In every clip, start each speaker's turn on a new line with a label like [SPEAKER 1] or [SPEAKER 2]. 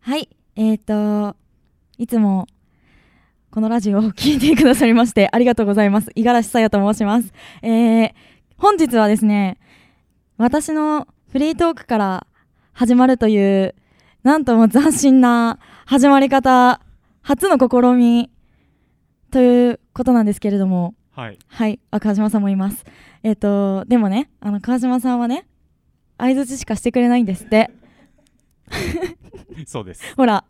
[SPEAKER 1] はい、えっ、と、いつもこのラジオを聞いてくださりましてありがとうございます。五十嵐さやと申します。えー本日はですね、私のフリートークから始まるという、なんとも斬新な始まり方、初の試みということなんですけれども、
[SPEAKER 2] はい。
[SPEAKER 1] はい、あ川島さんもいます。えっ、と、でもね、あの川島さんはね、相づちしかしてくれないんですって。
[SPEAKER 2] そうです。
[SPEAKER 1] ほら。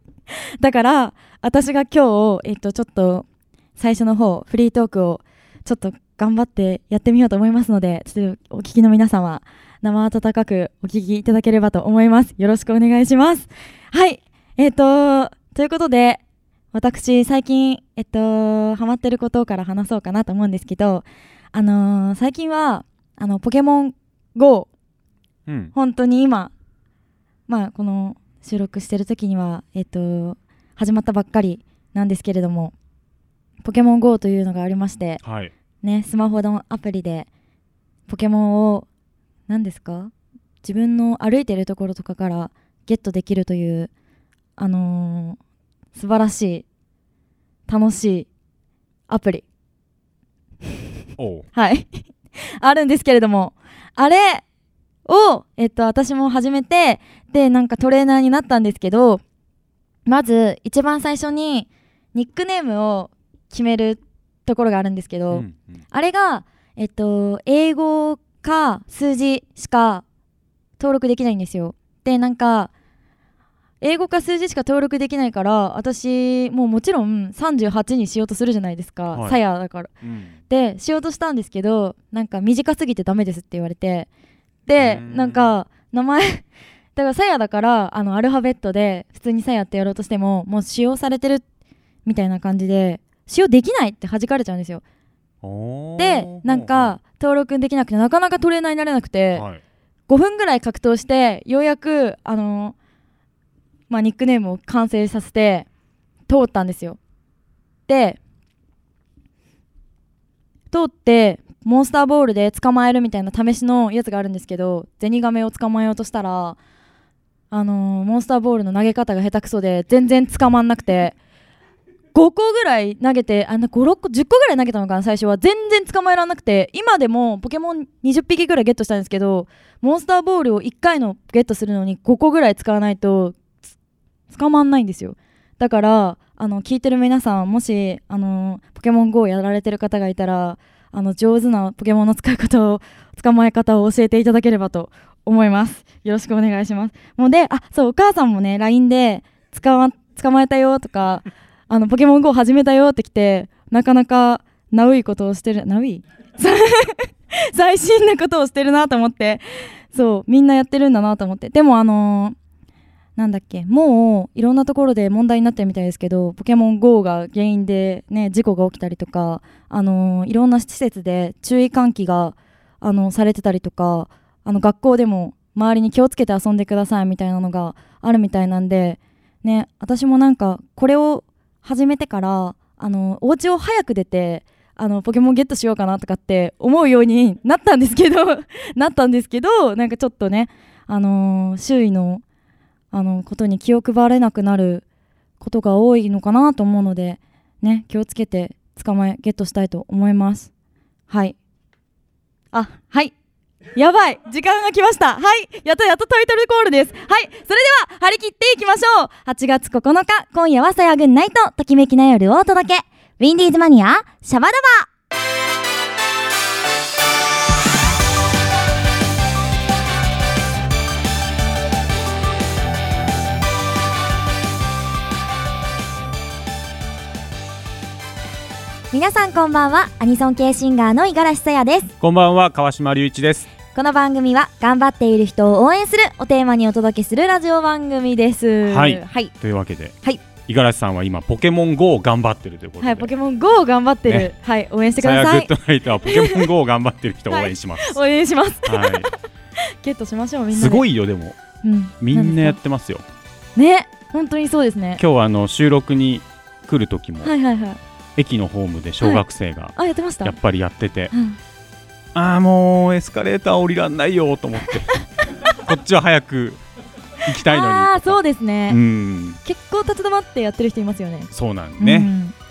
[SPEAKER 1] だから、私が今日、えっと、ちょっと、最初の方、フリートークを、ちょっと頑張ってやってみようと思いますので、ちょっとお聞きの皆様、生温かくお聞きいただければと思います。よろしくお願いします。はい。えっと、ということで、私、最近、えっと、ハマってることから話そうかなと思うんですけど、あのー最近は、あの、ポケモン GO
[SPEAKER 2] うん。
[SPEAKER 1] 本当に今、まあ、この収録してる時には、えっと、始まったばっかりなんですけれども「ポケモン GO」というのがありまして、
[SPEAKER 2] はい。
[SPEAKER 1] ね、スマホのアプリでポケモンを何ですか自分の歩いてるところとかからゲットできるという、あのー素晴らしい楽しいアプリ
[SPEAKER 2] おう。
[SPEAKER 1] はい。 あるんですけれども、あれを、えっと、私も始めて、で、なんかトレーナーになったんですけど、まず、一番最初に、ニックネームを決めるところがあるんですけ
[SPEAKER 2] う
[SPEAKER 1] ど、
[SPEAKER 2] んうん
[SPEAKER 1] あれが、えっと、英語か数字しか登録できないんですよ。で、なんか、英語か数字しか登録できないから、私、もうもちろん38にしようとするじゃないですか、
[SPEAKER 2] はい
[SPEAKER 1] さやだから。
[SPEAKER 2] うん。
[SPEAKER 1] でしようとしたんですけどなんか短すぎてダメですって言われてで
[SPEAKER 2] うーん
[SPEAKER 1] なんか名前 だからさやだからあのアルファベットで普通にさやってやろうとしてももう使用されてるみたいな感じで使用できないって弾かれちゃうんですよ
[SPEAKER 2] おー
[SPEAKER 1] でなん、か登録できなくてなかなかトレーナーになれなくて
[SPEAKER 2] はい。
[SPEAKER 1] 5分ぐらい格闘してようやくあのまあニックネームを完成させて通ったんですよで通ってモンスターボールで捕まえるみたいな試しのやつがあるんですけどゼニガメを捕まえようとしたらあのモンスターボールの投げ方が下手くそで全然捕まんなくて5個ぐらい投げてあ56個10個ぐらい投げたのかな最初は全然捕まえられなくて今でもポケモン20匹ぐらいゲットしたんですけどモンスターボールを1回のゲットするのに5個ぐらい使わないとつ捕まんないんですよだからあの聞いてる皆さんもしあのポケモン GO をやられてる方がいたらあの上手なポケモンの使い方を捕まえ方を教えていただければと思いますよろしくお願いしますもうであそうお母さんもね LINE で捕ま捕まえたよとかあのポケモン GO 始めたよって来てなかなかナウいことをしてるナウい 最新なことをしてるなと思ってそうみんなやってるんだなと思ってでもあのーなんだっけもういろんなところで問題になってるみたいですけどポケモン GO が原因で、ね、事故が起きたりとか、あのーいろんな施設で注意喚起が、あのされてたりとかあの学校でも周りに気をつけて遊んでくださいみたいなのがあるみたいなんで、ね、私もなんかこれを始めてから、あのお家を早く出てあのポケモンゲットしようかなとかって思うようになったんですけどなったんですけどなんかちょっとね、あのー周囲の、あのことに気を配れなくなることが多いのかなと思うので、ね、気をつけて捕まえゲットしたいと思います。はいあはいやばい時間が来ましたはいやっとやっとタイトルコールですはいそれでは張り切っていきましょう8月9日今夜はさやぐんナイトときめきな夜をお届けウィンディーズマニアシャバダバ皆さんこんばんはアニソン系シンガーの五十嵐さやです
[SPEAKER 2] こんばんは、川島隆一です。
[SPEAKER 1] この番組は頑張っている人を応援するおテーマにお届けするラジオ番組です
[SPEAKER 2] はい
[SPEAKER 1] はい、
[SPEAKER 2] というわけで、
[SPEAKER 1] はい。
[SPEAKER 2] 五十嵐さんは今、ポケモン GO を頑張ってるということで。
[SPEAKER 1] はい、ポケモン GO を頑張ってる、
[SPEAKER 2] ね
[SPEAKER 1] はい応援してく
[SPEAKER 2] さ
[SPEAKER 1] だ
[SPEAKER 2] や
[SPEAKER 1] さ
[SPEAKER 2] グ
[SPEAKER 1] い
[SPEAKER 2] ッドナイトはポケモン GO を頑張ってる人を応援し ます。
[SPEAKER 1] 応援します
[SPEAKER 2] は
[SPEAKER 1] ゲットしましょうみ
[SPEAKER 2] い。
[SPEAKER 1] んな
[SPEAKER 2] すご
[SPEAKER 1] い、
[SPEAKER 2] いよ、でも、
[SPEAKER 1] うん、
[SPEAKER 2] みんなや
[SPEAKER 1] 何
[SPEAKER 2] っ
[SPEAKER 1] です
[SPEAKER 2] てますよ。
[SPEAKER 1] かね本当にそうですね
[SPEAKER 2] 今日はあの収録に来る時も、
[SPEAKER 1] はいはいはい
[SPEAKER 2] 駅のホームで小学生が
[SPEAKER 1] あやってました
[SPEAKER 2] やっぱりやってて、
[SPEAKER 1] うん
[SPEAKER 2] ああもうエスカレーター降りらんないよと思ってこっちは早く行きたいのに
[SPEAKER 1] ああ
[SPEAKER 2] とか
[SPEAKER 1] そうですね、
[SPEAKER 2] うん
[SPEAKER 1] 結構立ち止まってやってる人いますよね
[SPEAKER 2] そうなんね、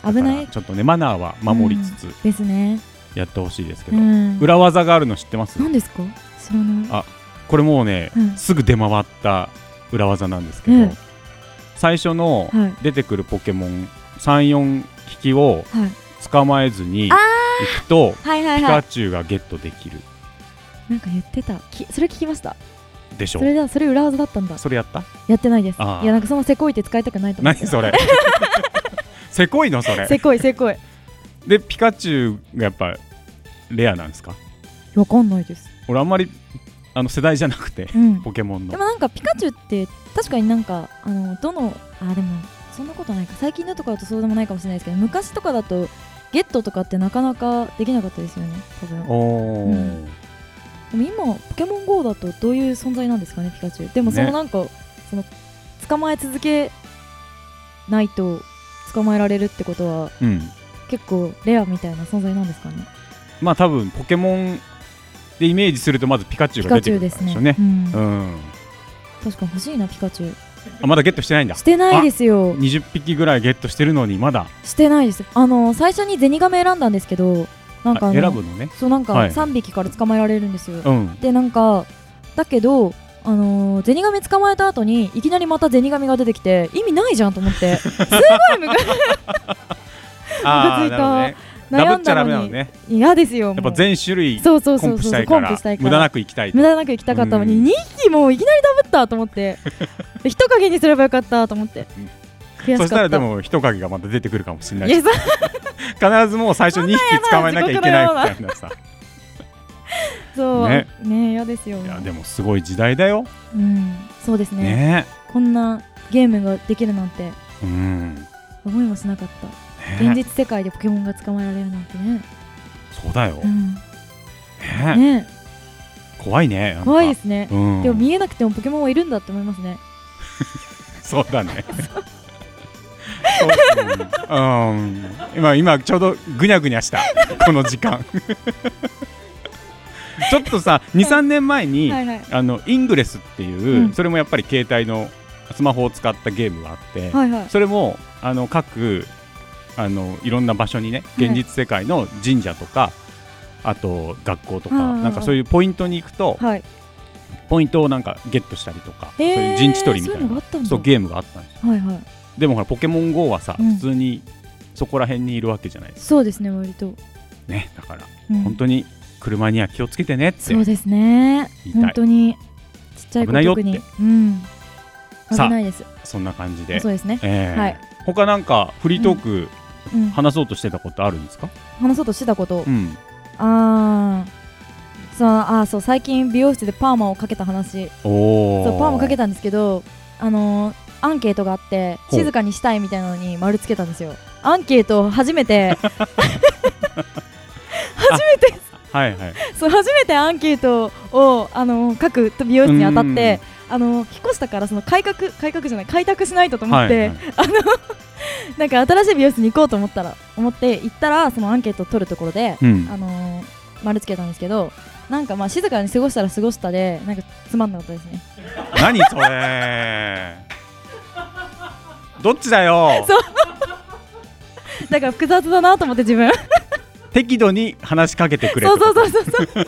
[SPEAKER 1] うん危な
[SPEAKER 2] だから
[SPEAKER 1] い
[SPEAKER 2] ちょっとねマナーは守りつつ
[SPEAKER 1] ですね、
[SPEAKER 2] やってほしいですけ
[SPEAKER 1] う
[SPEAKER 2] ど、
[SPEAKER 1] ん、
[SPEAKER 2] 裏技があるの知ってます
[SPEAKER 1] 何ですか知らない
[SPEAKER 2] あこれもうね、
[SPEAKER 1] うん
[SPEAKER 2] すぐ出回った裏技なんですけど、
[SPEAKER 1] うん
[SPEAKER 2] 最初の
[SPEAKER 1] はい
[SPEAKER 2] 出てくるポケモン34匹を
[SPEAKER 1] はい
[SPEAKER 2] 捕まえずに
[SPEAKER 1] あ
[SPEAKER 2] 行くと
[SPEAKER 1] はいはい
[SPEAKER 2] ピ
[SPEAKER 1] は
[SPEAKER 2] カ
[SPEAKER 1] い
[SPEAKER 2] チュウがゲットできる
[SPEAKER 1] なんか言ってたきそれ聞きました
[SPEAKER 2] でしょ
[SPEAKER 1] それだそれ裏技だったんだ
[SPEAKER 2] それやった
[SPEAKER 1] やってないです
[SPEAKER 2] あー
[SPEAKER 1] いやなんかそのせこいって使いたくないと思っ
[SPEAKER 2] 何
[SPEAKER 1] て
[SPEAKER 2] それせこいのそれ
[SPEAKER 1] せこいせこい
[SPEAKER 2] でピカチュウがやっぱレアなんですか
[SPEAKER 1] わかんないです
[SPEAKER 2] 俺あんまりあの世代じゃなくて
[SPEAKER 1] うん
[SPEAKER 2] ポケモン
[SPEAKER 1] で
[SPEAKER 2] の
[SPEAKER 1] もなんかピカチュウって確かになんかあのどのあでもそんなことないか最近のとかだとそうでもないかもしれないですけど昔とかだとゲットとかってなかなかできなかったですよね多分
[SPEAKER 2] おー、
[SPEAKER 1] うんでも今ポケモン GO だとどういう存在なんですかねピカチュウでもその
[SPEAKER 2] ね
[SPEAKER 1] なんか、その捕まえ続けないと捕まえられるってことは
[SPEAKER 2] うん
[SPEAKER 1] 結構レアみたいな存在なんですかね
[SPEAKER 2] まあ多分ポケモンでイメージするとまずピカチュ
[SPEAKER 1] ピ
[SPEAKER 2] ウが
[SPEAKER 1] カ
[SPEAKER 2] 出て
[SPEAKER 1] チュウ
[SPEAKER 2] くる
[SPEAKER 1] で
[SPEAKER 2] か
[SPEAKER 1] す
[SPEAKER 2] らで
[SPEAKER 1] ね
[SPEAKER 2] しょうね
[SPEAKER 1] う。ん
[SPEAKER 2] うん、
[SPEAKER 1] 確かに欲しいなピカチュウ
[SPEAKER 2] あまだゲットしてないんだ
[SPEAKER 1] してないですよ
[SPEAKER 2] 20匹ぐらいゲットしてるのにまだ
[SPEAKER 1] してないですあの最初にゼニガメ選んだんですけどなんか
[SPEAKER 2] あ
[SPEAKER 1] あの
[SPEAKER 2] 選ぶのね
[SPEAKER 1] そうなんか
[SPEAKER 2] はい
[SPEAKER 1] 3匹から捕まえられるんですよ、
[SPEAKER 2] うん
[SPEAKER 1] でなんかだけどあのー、ゼニガメ捕まえた後にいきなりまたゼニガメが出てきて意味ないじゃんと思ってすごいムカ
[SPEAKER 2] ああ
[SPEAKER 1] ムカついた
[SPEAKER 2] なるほどねダ
[SPEAKER 1] 悩
[SPEAKER 2] ブ
[SPEAKER 1] ん
[SPEAKER 2] っち
[SPEAKER 1] だ
[SPEAKER 2] ゃダメな
[SPEAKER 1] の
[SPEAKER 2] の
[SPEAKER 1] に
[SPEAKER 2] ね
[SPEAKER 1] 嫌ですよ
[SPEAKER 2] やっ
[SPEAKER 1] も
[SPEAKER 2] ぱ
[SPEAKER 1] う
[SPEAKER 2] 全種類
[SPEAKER 1] そうそう
[SPEAKER 2] コ
[SPEAKER 1] そ
[SPEAKER 2] ン
[SPEAKER 1] う
[SPEAKER 2] プ
[SPEAKER 1] そ
[SPEAKER 2] した
[SPEAKER 1] う
[SPEAKER 2] いか
[SPEAKER 1] コン
[SPEAKER 2] ら
[SPEAKER 1] プしたいから
[SPEAKER 2] 無駄なく行きたいと
[SPEAKER 1] 無駄なく行きたかったの
[SPEAKER 2] う
[SPEAKER 1] に
[SPEAKER 2] ん
[SPEAKER 1] 2匹もいきなりダブったと思って 一かげにすればよかったと思って
[SPEAKER 2] うん
[SPEAKER 1] 悔しかった
[SPEAKER 2] そしたらでも人影がまた出てくるかもしれない
[SPEAKER 1] い
[SPEAKER 2] し
[SPEAKER 1] やそう
[SPEAKER 2] 必ずもう最初2匹捕まえなきゃいけないみたいなさ
[SPEAKER 1] そう
[SPEAKER 2] ね
[SPEAKER 1] ね嫌ですよ
[SPEAKER 2] いやでもすごい時代だよ
[SPEAKER 1] うんそうですね
[SPEAKER 2] ね
[SPEAKER 1] こんなゲームができるなんて
[SPEAKER 2] うん
[SPEAKER 1] 思いもしなかった現
[SPEAKER 2] ね
[SPEAKER 1] 実世界でポケモンが捕まえられるなんてね、
[SPEAKER 2] そうだよ
[SPEAKER 1] うん、
[SPEAKER 2] ね
[SPEAKER 1] ね
[SPEAKER 2] 怖いねなんか
[SPEAKER 1] 怖いですね、
[SPEAKER 2] うん
[SPEAKER 1] でも見えなくてもポケモンはいるんだって思いますね
[SPEAKER 2] そうだね。そううん、今今ちょうどぐにゃぐにゃしたこの時間。 ちょっとさ2、3年前に、
[SPEAKER 1] はいはい
[SPEAKER 2] あのイングレスっていう、
[SPEAKER 1] うん
[SPEAKER 2] それもやっぱり携帯のスマホを使ったゲームがあって、
[SPEAKER 1] はいはい
[SPEAKER 2] それもあの各あのいろんな場所にね現実世界の神社とか、あと学校とか、
[SPEAKER 1] あー
[SPEAKER 2] なんかそういうポイントに行くと、
[SPEAKER 1] はい
[SPEAKER 2] ポイントをなんかゲットしたりとか、そうい
[SPEAKER 1] へ
[SPEAKER 2] う
[SPEAKER 1] ー
[SPEAKER 2] 陣地取りみたい
[SPEAKER 1] そういうのが
[SPEAKER 2] な
[SPEAKER 1] あったんだ
[SPEAKER 2] そうゲームがあったんですよ
[SPEAKER 1] はいはい
[SPEAKER 2] でもほらポケモン GO はさ、
[SPEAKER 1] うん
[SPEAKER 2] 普通にそこら辺にいるわけじゃないです
[SPEAKER 1] そうですね割と、
[SPEAKER 2] かねだから、
[SPEAKER 1] うん、
[SPEAKER 2] 本当に車には気をつけてねって
[SPEAKER 1] そうですね
[SPEAKER 2] 言いたい
[SPEAKER 1] 本当にちっちゃい
[SPEAKER 2] 危
[SPEAKER 1] 子
[SPEAKER 2] ないよっ
[SPEAKER 1] 特
[SPEAKER 2] て
[SPEAKER 1] にうん危
[SPEAKER 2] さあ
[SPEAKER 1] ないです
[SPEAKER 2] そんな感じで
[SPEAKER 1] そうですね
[SPEAKER 2] えー
[SPEAKER 1] はい
[SPEAKER 2] 他なんかフリートーク、
[SPEAKER 1] うん
[SPEAKER 2] 話そうとしてたことあるんですか、
[SPEAKER 1] 話そうとしてたこと
[SPEAKER 2] うん、
[SPEAKER 1] あーそうあーそう最近美容室でパーマをかけた話
[SPEAKER 2] おお
[SPEAKER 1] そうパーマかけ
[SPEAKER 2] た
[SPEAKER 1] たんですけどあのーアンケートがあって
[SPEAKER 2] ほう
[SPEAKER 1] 静かにしたいみたいなのに丸つけたんですよアンケートを初めて 初めて
[SPEAKER 2] はいはい
[SPEAKER 1] そう初めてアンケートをあのー書く美容室にあたってあのー引っ越したからその改革改革じゃない開拓しないとと思って、
[SPEAKER 2] はいはい
[SPEAKER 1] あのなんか新しい美容室に行こうと思ったら思って行ったらそのアンケートを取るところで、
[SPEAKER 2] うん
[SPEAKER 1] あのー丸つけたんですけどなんかまあ静かに過ごしたら過ごしたでなんかつまんなかったですね
[SPEAKER 2] 何それ どっちだよ
[SPEAKER 1] だから複雑だなと思って自分
[SPEAKER 2] 適度に話しかけてくれ
[SPEAKER 1] そうそう
[SPEAKER 2] う
[SPEAKER 1] そうそうそう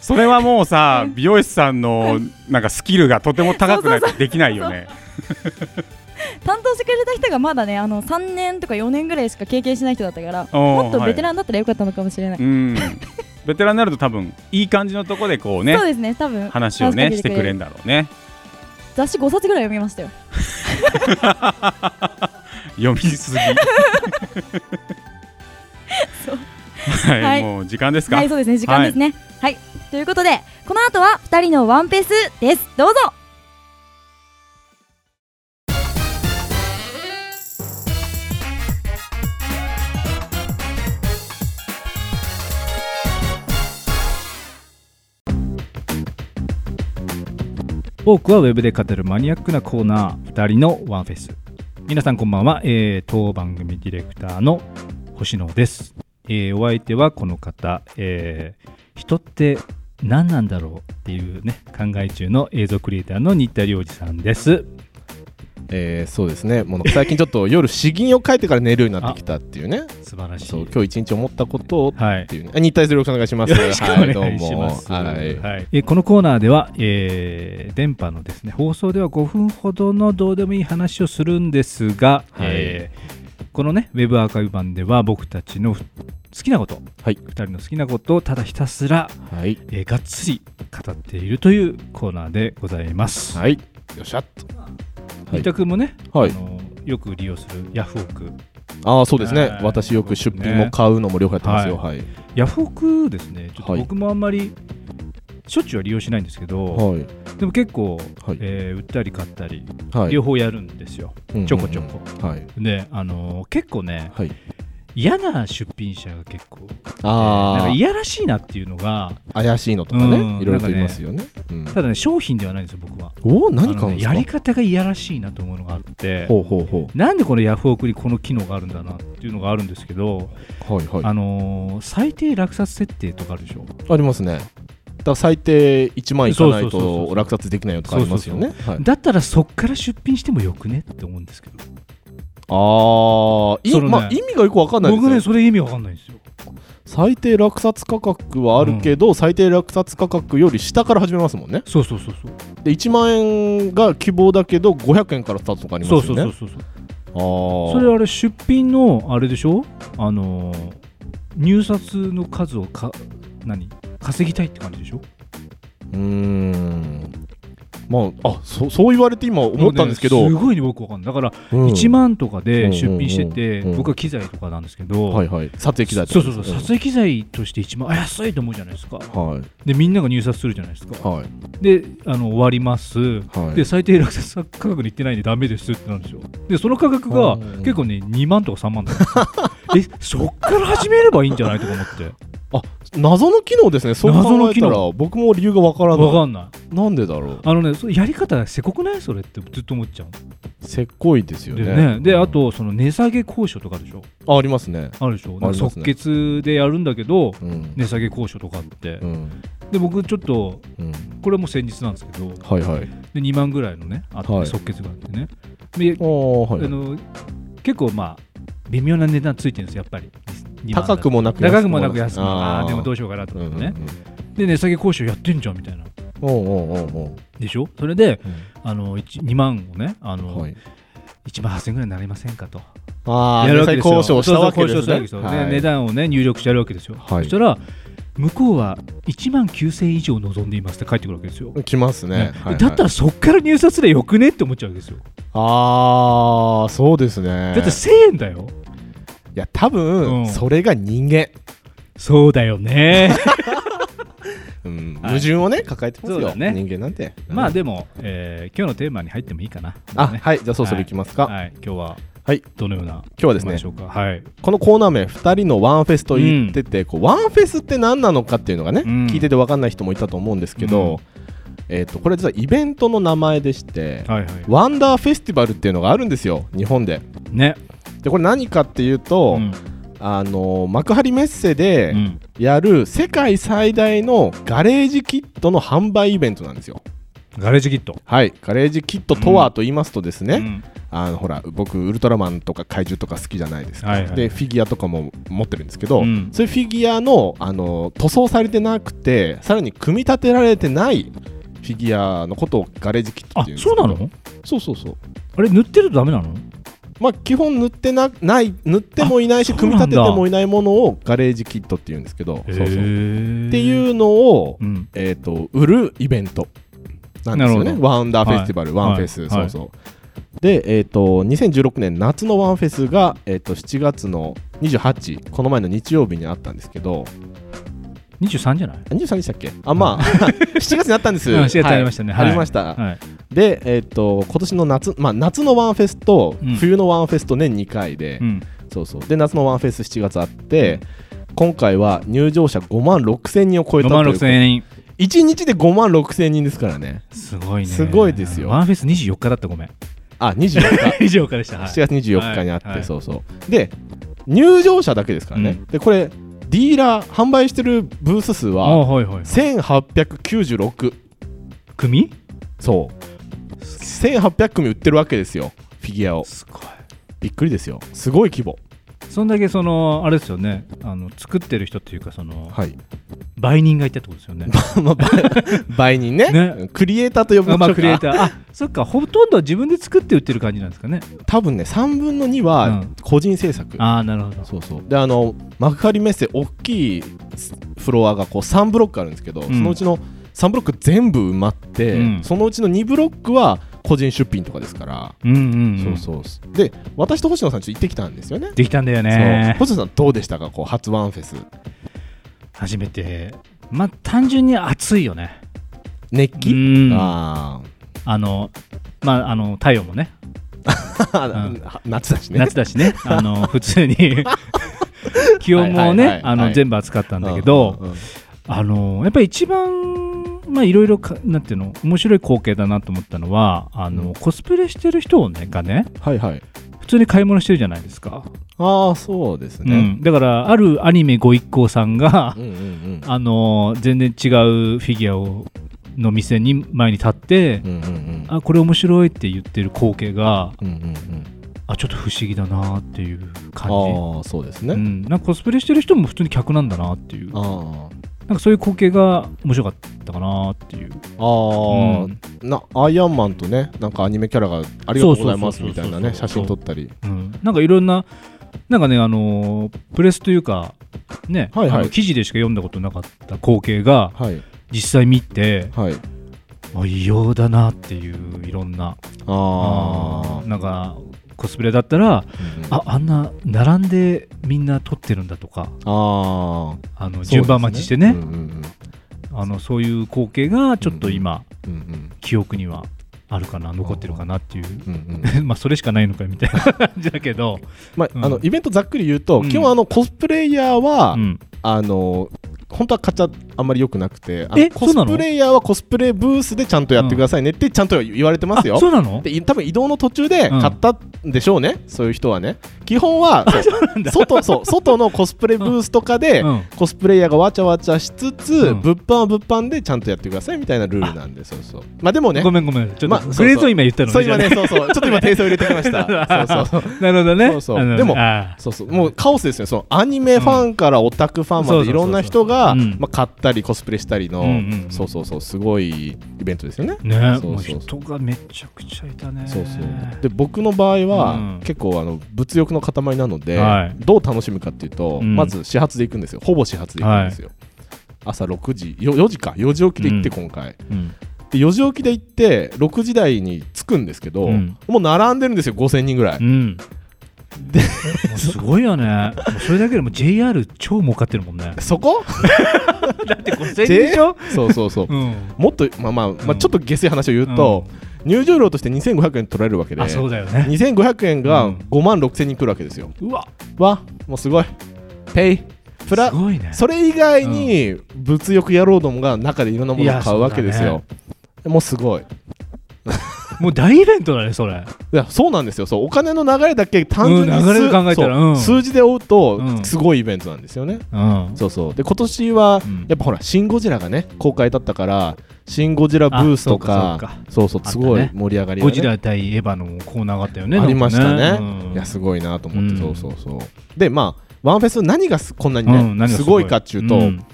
[SPEAKER 2] それはもう さ美容師さんのなんかスキルがとても高くないとできない よね
[SPEAKER 1] 担当してくれた人がまだねあの3年とか4年ぐらいしか経験しない人だったから
[SPEAKER 2] おー
[SPEAKER 1] もっとベテ
[SPEAKER 2] はい
[SPEAKER 1] ランだったらよかったのかもしれない、
[SPEAKER 2] うん、ベテランになると多分いい感じのとこでこうね
[SPEAKER 1] そうですね多分
[SPEAKER 2] 話をねしてくれるん
[SPEAKER 1] る
[SPEAKER 2] だろうね
[SPEAKER 1] 雑誌5冊ぐらい読みましたよ
[SPEAKER 2] 読 みすぎはい、
[SPEAKER 1] はい
[SPEAKER 2] もう時間ですか、
[SPEAKER 1] はいそうですね時間ですねはい、ということでこの後は2人のワンペースですどうぞ
[SPEAKER 3] 多くはウェブで語るマニアックなコーナー2人のワンフェス皆さんこんばんは、えー当番組ディレクターの星野です、えーお相手はこの方、えー人って何なんだろうっていうね考え中の映像クリエイターの新田良二さんです
[SPEAKER 4] えーそうですねもうなんか最近ちょっと夜詩吟を書いてから寝るようになってきたっていうね
[SPEAKER 3] 素晴らし
[SPEAKER 4] そう
[SPEAKER 3] い
[SPEAKER 4] 今日一日思ったことをっ
[SPEAKER 3] はい
[SPEAKER 4] ていうねあ日体するお願いします
[SPEAKER 3] よろしくお願
[SPEAKER 4] はいどう
[SPEAKER 3] いし
[SPEAKER 4] も
[SPEAKER 3] ます。
[SPEAKER 4] はい
[SPEAKER 3] はいえこのコーナーでは、えー電波のですね放送では5分ほどのどうでもいい話をするんですが、
[SPEAKER 4] はい
[SPEAKER 3] えーこのねウェブアーカイブ版では僕たちの好きなこと、
[SPEAKER 4] はい
[SPEAKER 3] 2人の好きなことをただひたすら、
[SPEAKER 4] はい
[SPEAKER 3] えーがっつり語っているというコーナーでございます。
[SPEAKER 4] はいよっしゃっ
[SPEAKER 3] 伊
[SPEAKER 4] い
[SPEAKER 3] 田君もね、
[SPEAKER 4] はい
[SPEAKER 3] あのよく利用するヤフオク
[SPEAKER 4] ああそうですね
[SPEAKER 3] ね
[SPEAKER 4] 私よく出品も買うのも両方やってますよはい
[SPEAKER 3] ヤフオクですねちょっと
[SPEAKER 4] はい
[SPEAKER 3] 僕もあんまりしょっちゅうは利用しないんですけど、
[SPEAKER 4] はい
[SPEAKER 3] でも結構、
[SPEAKER 4] はい
[SPEAKER 3] えー売ったり買ったり、
[SPEAKER 4] はい
[SPEAKER 3] 両方やるんですよ。
[SPEAKER 4] うん
[SPEAKER 3] ちょこちょこ
[SPEAKER 4] うんはい
[SPEAKER 3] で、あのー結構ね、
[SPEAKER 4] はい
[SPEAKER 3] 嫌な出品者が結構、なん
[SPEAKER 4] あ
[SPEAKER 3] か
[SPEAKER 4] ー
[SPEAKER 3] いやらしいなっていうのが、
[SPEAKER 4] 怪しいのとか
[SPEAKER 3] うん
[SPEAKER 4] ねいろいろと言いますよねうん
[SPEAKER 3] ただね、商品ではないんですよ、僕は。
[SPEAKER 4] おお何
[SPEAKER 3] あ
[SPEAKER 4] 買う
[SPEAKER 3] の
[SPEAKER 4] ん
[SPEAKER 3] ね
[SPEAKER 4] です
[SPEAKER 3] や
[SPEAKER 4] か
[SPEAKER 3] り方がいやらしいなと思うのがあって、
[SPEAKER 4] ほうほうほ
[SPEAKER 3] なんでこのヤフオクにこの機能があるんだなっていうのがあるんですけど、
[SPEAKER 4] うはいはい
[SPEAKER 3] あのー最低落札設定とかあるでしょ。
[SPEAKER 4] ありますね。だから最低1万いかない
[SPEAKER 3] そうそうそうそ
[SPEAKER 4] と
[SPEAKER 3] う
[SPEAKER 4] 落札できないよとかありますよね。はい
[SPEAKER 3] だったらそっから出品してもよくねって思うんですけど、
[SPEAKER 4] ああ、い
[SPEAKER 3] そのね
[SPEAKER 4] まあ、意味がよくわかんないです
[SPEAKER 3] 僕
[SPEAKER 4] よ
[SPEAKER 3] ね、それ意味わかんないんですよ。
[SPEAKER 4] 最低落札価格はあるけど、最低落札価格より下から始めますもんね。
[SPEAKER 3] そうそうそうそう。
[SPEAKER 4] で、1万円が希望だけど、500円からスタートとかあります
[SPEAKER 3] そ
[SPEAKER 4] よ
[SPEAKER 3] う
[SPEAKER 4] ね。
[SPEAKER 3] そうそうそうそう。
[SPEAKER 4] ああ、
[SPEAKER 3] それあれ出品のあれでしょあのー入札の数をか何稼ぎたいって感じでしょ
[SPEAKER 4] うーん。まあ、あそそう言われて今思ったんですけ
[SPEAKER 3] も
[SPEAKER 4] ど、
[SPEAKER 3] うねすごいね僕わかんないだから
[SPEAKER 4] うん
[SPEAKER 3] 1万とかで出品して
[SPEAKER 4] う
[SPEAKER 3] て
[SPEAKER 4] んうんうんうん
[SPEAKER 3] 僕は機材とかなんですけど、
[SPEAKER 4] はいはい、撮影機材と
[SPEAKER 3] そ
[SPEAKER 4] か
[SPEAKER 3] うそうそう撮影機材として1万あ安いと思うじゃないですか
[SPEAKER 4] うんはい
[SPEAKER 3] でみんなが入札するじゃないですか
[SPEAKER 4] はい
[SPEAKER 3] であの終わります、
[SPEAKER 4] はい。
[SPEAKER 3] で最低落札価格に行ってないんでダメですってなるんですよでその価格が
[SPEAKER 4] うん
[SPEAKER 3] 結構ね2万とか3万とかえ そっから始めればいいんじゃないとか思って
[SPEAKER 4] 謎の機能ですね、そう
[SPEAKER 3] 謎
[SPEAKER 4] 考
[SPEAKER 3] の
[SPEAKER 4] え
[SPEAKER 3] 機
[SPEAKER 4] た
[SPEAKER 3] 能
[SPEAKER 4] ら、僕も理由がわからない。
[SPEAKER 3] わかんない
[SPEAKER 4] なんでだろう
[SPEAKER 3] あのね、それやり方がせこくないそれってずっと思っちゃう
[SPEAKER 4] せっこいですよ
[SPEAKER 3] んだ
[SPEAKER 4] ね
[SPEAKER 3] よね。で、あと、その値下げ交渉とかあるでしょ
[SPEAKER 4] あありますね
[SPEAKER 3] あるでしょ、
[SPEAKER 4] ありますね
[SPEAKER 3] 即決でやるんだけど、
[SPEAKER 4] うん、
[SPEAKER 3] 値下げ交渉とかあって、
[SPEAKER 4] うん
[SPEAKER 3] で、僕ちょっと、
[SPEAKER 4] うん、
[SPEAKER 3] これはもう先日なんですけど、
[SPEAKER 4] はいはい
[SPEAKER 3] で2万ぐらいのね、あって、
[SPEAKER 4] はい
[SPEAKER 3] 即決があってね。で
[SPEAKER 4] ああはい
[SPEAKER 3] あの結構まあ、微妙な値段ついてるんですよ、やっぱり。2万だ
[SPEAKER 4] 高
[SPEAKER 3] と
[SPEAKER 4] くもなく
[SPEAKER 3] 高くもなく安くもなくあ
[SPEAKER 4] あ
[SPEAKER 3] あー、でもど
[SPEAKER 4] う
[SPEAKER 3] うしようかなと
[SPEAKER 4] う
[SPEAKER 3] 思っ
[SPEAKER 4] ん
[SPEAKER 3] て
[SPEAKER 4] う
[SPEAKER 3] ね
[SPEAKER 4] ね。
[SPEAKER 3] で、値下げ交渉やってんじゃんみたいな。
[SPEAKER 4] おうおうおうおう
[SPEAKER 3] でしょそれで、
[SPEAKER 4] う
[SPEAKER 3] あの一2万をね、あの
[SPEAKER 4] んはい
[SPEAKER 3] 1万8000円ぐらいになりませんかと。
[SPEAKER 4] ああ
[SPEAKER 3] やるわけですよ
[SPEAKER 4] 交渉したわけです
[SPEAKER 3] そうそう
[SPEAKER 4] ね
[SPEAKER 3] 交渉したわけですよで値段をね入力してやるわけですよ、
[SPEAKER 4] はい
[SPEAKER 3] そしたら向こうは1万9000以上望んでいますって返ってくるわけですよ、
[SPEAKER 4] いきますね
[SPEAKER 3] ね
[SPEAKER 4] はいはい
[SPEAKER 3] だったらそっから入札でよくねって思っちゃうわけですよ、
[SPEAKER 4] ああそうですね
[SPEAKER 3] だって1000円だよ
[SPEAKER 4] いや多
[SPEAKER 3] うん
[SPEAKER 4] 分それが人間
[SPEAKER 3] そうだよね
[SPEAKER 4] うん
[SPEAKER 3] はい
[SPEAKER 4] 矛盾をね抱えてます
[SPEAKER 3] そう
[SPEAKER 4] よ
[SPEAKER 3] だね
[SPEAKER 4] 人間なんてうん
[SPEAKER 3] まあでも、えー今日のテーマに入ってもいいかな
[SPEAKER 4] あ
[SPEAKER 3] ね
[SPEAKER 4] はいじゃあそろそろいきますか
[SPEAKER 3] はい、今日は
[SPEAKER 4] はい
[SPEAKER 3] どのような
[SPEAKER 4] 今日はです
[SPEAKER 3] テーマ
[SPEAKER 4] ね
[SPEAKER 3] でしょうかはい、
[SPEAKER 4] このコーナー名2人のワンフェスと言ってて、こうワンフェスって何なのかっていうのがね、
[SPEAKER 3] うん
[SPEAKER 4] 聞いてて分かんない人もいたと思うんですけど、えー、とこれ実はイベントの名前でして、
[SPEAKER 3] はいはい
[SPEAKER 4] ワンダーフェスティバルっていうのがあるんですよ日本で。
[SPEAKER 3] ね
[SPEAKER 4] でこれ何かっていうと、
[SPEAKER 3] うん
[SPEAKER 4] あの幕張メッセ
[SPEAKER 3] う
[SPEAKER 4] で
[SPEAKER 3] ん
[SPEAKER 4] やる世界最大のガレージキットの販売イベントなんですよ。
[SPEAKER 3] ガレージキット
[SPEAKER 4] はい、ガレージキットとはと言いますとですね、
[SPEAKER 3] うん
[SPEAKER 4] あのほら僕ウルトラマンとか怪獣とか好きじゃないですか、
[SPEAKER 3] はいはい
[SPEAKER 4] でフィギュアとかも持ってるんですけど、
[SPEAKER 3] うん
[SPEAKER 4] そういうフィギュアのあの塗装されてなくてさらに組み立てられてないフィギュアのことをガレージキットっ
[SPEAKER 3] あ
[SPEAKER 4] ていうんです
[SPEAKER 3] そ
[SPEAKER 4] け
[SPEAKER 3] う
[SPEAKER 4] ど
[SPEAKER 3] なの
[SPEAKER 4] そうそうそう
[SPEAKER 3] あれ塗ってるとダメなの
[SPEAKER 4] まあ基本塗ってなない塗ってもいないし
[SPEAKER 3] あそう
[SPEAKER 4] 組み
[SPEAKER 3] なんだ
[SPEAKER 4] 立ててもいないものをガレージキットっていうんですけどそうそ
[SPEAKER 3] っ
[SPEAKER 4] うっ
[SPEAKER 3] て
[SPEAKER 4] いうのを、
[SPEAKER 3] うん
[SPEAKER 4] えー、と売るイベントなんですよ
[SPEAKER 3] な
[SPEAKER 4] ね
[SPEAKER 3] るほど
[SPEAKER 4] ワンダーフェスティバル、
[SPEAKER 3] はい
[SPEAKER 4] ワンフェス、
[SPEAKER 3] はい
[SPEAKER 4] そうそうで、えー、と2016年夏のワンフェスが、えー、と7月の28この前の日曜日にあったんですけど
[SPEAKER 3] 23じゃない
[SPEAKER 4] あ23でしたっけあまあ 7月にあったんです、
[SPEAKER 3] うん7月にありましたね
[SPEAKER 4] はい
[SPEAKER 3] はい
[SPEAKER 4] ありました、
[SPEAKER 3] はい、
[SPEAKER 4] でえっ、と今年の夏まあ夏のワンフェスと
[SPEAKER 3] うん
[SPEAKER 4] 冬のワンフェスと年2回で、
[SPEAKER 3] うん、
[SPEAKER 4] そうそうで夏のワンフェス7月あって、今回は入場者5万6千人を超
[SPEAKER 3] 5
[SPEAKER 4] えたと
[SPEAKER 3] 万
[SPEAKER 4] いう
[SPEAKER 3] 6千円
[SPEAKER 4] 1日で5万6千人ですからね
[SPEAKER 3] すごいね
[SPEAKER 4] すごいですよ
[SPEAKER 3] ワンフェス24日だったごめん
[SPEAKER 4] あ24日
[SPEAKER 3] 24日でした、はい、
[SPEAKER 4] 7月24日にあって、
[SPEAKER 3] はい
[SPEAKER 4] そうそうで入場者だけですからね、
[SPEAKER 3] うん
[SPEAKER 4] でこれディーラー販売してるブース数
[SPEAKER 3] あ
[SPEAKER 4] は
[SPEAKER 3] はいはい
[SPEAKER 4] 1896
[SPEAKER 3] 組
[SPEAKER 4] そう1800組売ってるわけですよフィギュアを
[SPEAKER 3] すごい
[SPEAKER 4] びっくりですよすごい規模
[SPEAKER 3] そんだけそのあれですよねあの作ってる人っていうかその、
[SPEAKER 4] はい
[SPEAKER 3] 売人がいたってことですよね
[SPEAKER 4] まあば倍人ね
[SPEAKER 3] ね
[SPEAKER 4] クリエイターと呼ぶ
[SPEAKER 3] あまあクリエイ
[SPEAKER 4] ー
[SPEAKER 3] ターあそっかほとんどは自分で作って売ってる感じなんですかね
[SPEAKER 4] 多分ね3分の2
[SPEAKER 3] う
[SPEAKER 4] は
[SPEAKER 3] ん
[SPEAKER 4] 個人制作、
[SPEAKER 3] ああなるほど
[SPEAKER 4] そうそうであの幕張メッセ大きいフロアがこう3ブロックあるんですけど、
[SPEAKER 3] ん
[SPEAKER 4] そのうちの3ブロック全部埋まって、
[SPEAKER 3] うん
[SPEAKER 4] そのうちの2ブロックは個人出品とかですから、
[SPEAKER 3] うんうん、うん、
[SPEAKER 4] そうそうで私と星野さんちょっと行ってきたんですよね、
[SPEAKER 3] できたんだよ
[SPEAKER 4] そう
[SPEAKER 3] ね
[SPEAKER 4] 星野さんどうでしたかこう初ワンフェス
[SPEAKER 3] 初めてまあ単純に暑いよね
[SPEAKER 4] 熱
[SPEAKER 3] う
[SPEAKER 4] 気、
[SPEAKER 3] ん
[SPEAKER 4] あ
[SPEAKER 3] あのまああの太陽もね
[SPEAKER 4] あ、
[SPEAKER 3] うん
[SPEAKER 4] 夏だしね
[SPEAKER 3] 夏だし ねあの普通に気温も
[SPEAKER 4] はいはいはい
[SPEAKER 3] ね
[SPEAKER 4] はい
[SPEAKER 3] あの全部暑かったんだけど
[SPEAKER 4] うんうんうん
[SPEAKER 3] あのやっぱり一番まあいろいろかなんていうの面白い光景だなと思ったのはあの、
[SPEAKER 4] うん
[SPEAKER 3] コスプレしてる人をねがね
[SPEAKER 4] はいはい
[SPEAKER 3] 普通に買い物してるじゃないですか、
[SPEAKER 4] ああそうです
[SPEAKER 3] う
[SPEAKER 4] ね、
[SPEAKER 3] ん、だからあるアニメご一行さんが、
[SPEAKER 4] うん、うんうんうん
[SPEAKER 3] あの全然違うフィギュアをの店に前に立って、
[SPEAKER 4] うんうんうん
[SPEAKER 3] あこれ面白いって言ってる光景が
[SPEAKER 4] うんうんうん
[SPEAKER 3] あちょっと不思議だなっていう感じ、
[SPEAKER 4] ああそうですね、
[SPEAKER 3] うん、なんかコスプレしてる人も普通に客なんだなっていうなん
[SPEAKER 4] あ
[SPEAKER 3] かそういう光景が面白かったかなっていう
[SPEAKER 4] あああ、
[SPEAKER 3] うん
[SPEAKER 4] なアイアンマンとねなんかアニメキャラがありがとうございます
[SPEAKER 3] そうそうそうそう
[SPEAKER 4] みたいなね
[SPEAKER 3] そ
[SPEAKER 4] 写
[SPEAKER 3] うそう
[SPEAKER 4] 真撮ったり
[SPEAKER 3] うん、なんかいろんななんかねあのープレスというかね、
[SPEAKER 4] はいはい
[SPEAKER 3] あの記事でしか読んだことなかった光景が
[SPEAKER 4] はい
[SPEAKER 3] 実際見て
[SPEAKER 4] はい
[SPEAKER 3] あ異様だなっていういろんな
[SPEAKER 4] あ
[SPEAKER 3] うんなんかコスプレだったら
[SPEAKER 4] あ
[SPEAKER 3] ああんな並んでみんな撮ってるんだとかあ
[SPEAKER 4] あ
[SPEAKER 3] の
[SPEAKER 4] ー
[SPEAKER 3] 順番待ちして
[SPEAKER 4] そう
[SPEAKER 3] ね
[SPEAKER 4] ですうん
[SPEAKER 3] あのそういう光景がちょっと今、
[SPEAKER 4] うんうん
[SPEAKER 3] 記憶にはあるかな残ってるかなっていう
[SPEAKER 4] うんうんうん
[SPEAKER 3] まあそれしかないのかみ たいな感じだけど、
[SPEAKER 4] まあ
[SPEAKER 3] うん
[SPEAKER 4] あのイベントざっくり言うと
[SPEAKER 3] うん
[SPEAKER 4] 基本あのコスプレイヤーは
[SPEAKER 3] うん、
[SPEAKER 4] あの本当はガチャあんまり良くなくてあ
[SPEAKER 3] え
[SPEAKER 4] コスプレイヤーはコスプレブースでちゃんとやってくださいねってちゃんと言われてますよ
[SPEAKER 3] あそうなの
[SPEAKER 4] でい多分移動の途中で買ったんでしょうね、そういう人はね基 本はそう
[SPEAKER 3] だ
[SPEAKER 4] 外そう外のコスプレブースとかで、
[SPEAKER 3] うん
[SPEAKER 4] コスプレイヤーがわちゃわちゃしつつ、
[SPEAKER 3] うん
[SPEAKER 4] 物販は物販でちゃんとやってくださいみたいなルールなんでそうそうまあでもね
[SPEAKER 3] ごめんごめんちょっと、
[SPEAKER 4] まあそうそう
[SPEAKER 3] グレーゾーン今言ったの
[SPEAKER 4] そう今ね
[SPEAKER 3] じゃ
[SPEAKER 4] そうそうちょっと今訂正を入れてきま したそうそう
[SPEAKER 3] あねなるほどね
[SPEAKER 4] そうそう
[SPEAKER 3] あの
[SPEAKER 4] でも
[SPEAKER 3] あ
[SPEAKER 4] そうそうもうカオスですよそのアニメファンからオタクファンま
[SPEAKER 3] うん
[SPEAKER 4] でいろんな人が、
[SPEAKER 3] そうそうそうそううん
[SPEAKER 4] まあ、買ったりコスプレしたりの、
[SPEAKER 3] うんうんうん
[SPEAKER 4] そうそうそうすごいイベントですよね
[SPEAKER 3] ね
[SPEAKER 4] そうそうそう
[SPEAKER 3] もう人がめちゃくちゃいたね
[SPEAKER 4] そうそうで僕の場合は、
[SPEAKER 3] うん
[SPEAKER 4] 結構あの物欲の塊なので、
[SPEAKER 3] はい
[SPEAKER 4] どう楽しむかっていうと、
[SPEAKER 3] うん
[SPEAKER 4] まず始発で行くんですよほぼ始発で行くんですよ、朝6時よ4時か4時起きで行って
[SPEAKER 3] うん
[SPEAKER 4] 今回、
[SPEAKER 3] うん
[SPEAKER 4] で4時起きで行って6時台に着くんですけど、
[SPEAKER 3] うん
[SPEAKER 4] もう並んでるんですよ5000人ぐらい、
[SPEAKER 3] うん もうすごいよねもうそれだけでも JR 超儲かってるもん ね
[SPEAKER 4] そこ
[SPEAKER 3] だって5000円でしょ、
[SPEAKER 4] そうそうそう、
[SPEAKER 3] うん
[SPEAKER 4] もっとまあまあ、まあ、
[SPEAKER 3] うん
[SPEAKER 4] ちょっと下水話を言うと、入場料として2500円取られるわけで
[SPEAKER 3] あそうだよね
[SPEAKER 4] 2500円が
[SPEAKER 3] うん
[SPEAKER 4] 5万6000人来るわけですよ、
[SPEAKER 3] うわ
[SPEAKER 4] わもうすごいペイプラ
[SPEAKER 3] すごいね
[SPEAKER 4] それ以外に物欲野郎どもが中でいろんなものを買うわけです
[SPEAKER 3] いや
[SPEAKER 4] よ。もうすごい。
[SPEAKER 3] もう大イベントだねそれ
[SPEAKER 4] いやそうなんですよそうお金の流れだけ単純に
[SPEAKER 3] うん
[SPEAKER 4] 数、
[SPEAKER 3] 流れで考えたら
[SPEAKER 4] そう
[SPEAKER 3] うん
[SPEAKER 4] 数字で追う
[SPEAKER 3] う
[SPEAKER 4] と
[SPEAKER 3] ん
[SPEAKER 4] すごいイベントなんですよね。
[SPEAKER 3] うん
[SPEAKER 4] そうそうで今年は
[SPEAKER 3] うん
[SPEAKER 4] やっぱほら「シン・ゴジラ」がね公開だったから「シン・ゴジラ」ブースと
[SPEAKER 3] あそう
[SPEAKER 4] か
[SPEAKER 3] かそう
[SPEAKER 4] そうそう
[SPEAKER 3] あったね
[SPEAKER 4] すごい盛り上がりが
[SPEAKER 3] ゴ
[SPEAKER 4] ね
[SPEAKER 3] ジラ対エヴァのコーナーがあったよね
[SPEAKER 4] ありましたね。
[SPEAKER 3] うん
[SPEAKER 4] いやすごいなと思っ
[SPEAKER 3] う
[SPEAKER 4] て、
[SPEAKER 3] ん
[SPEAKER 4] そうそうそう。でまあワンフェス何がすこんなに
[SPEAKER 3] う
[SPEAKER 4] ね、
[SPEAKER 3] ん何が
[SPEAKER 4] すごいかっていうと、
[SPEAKER 3] ん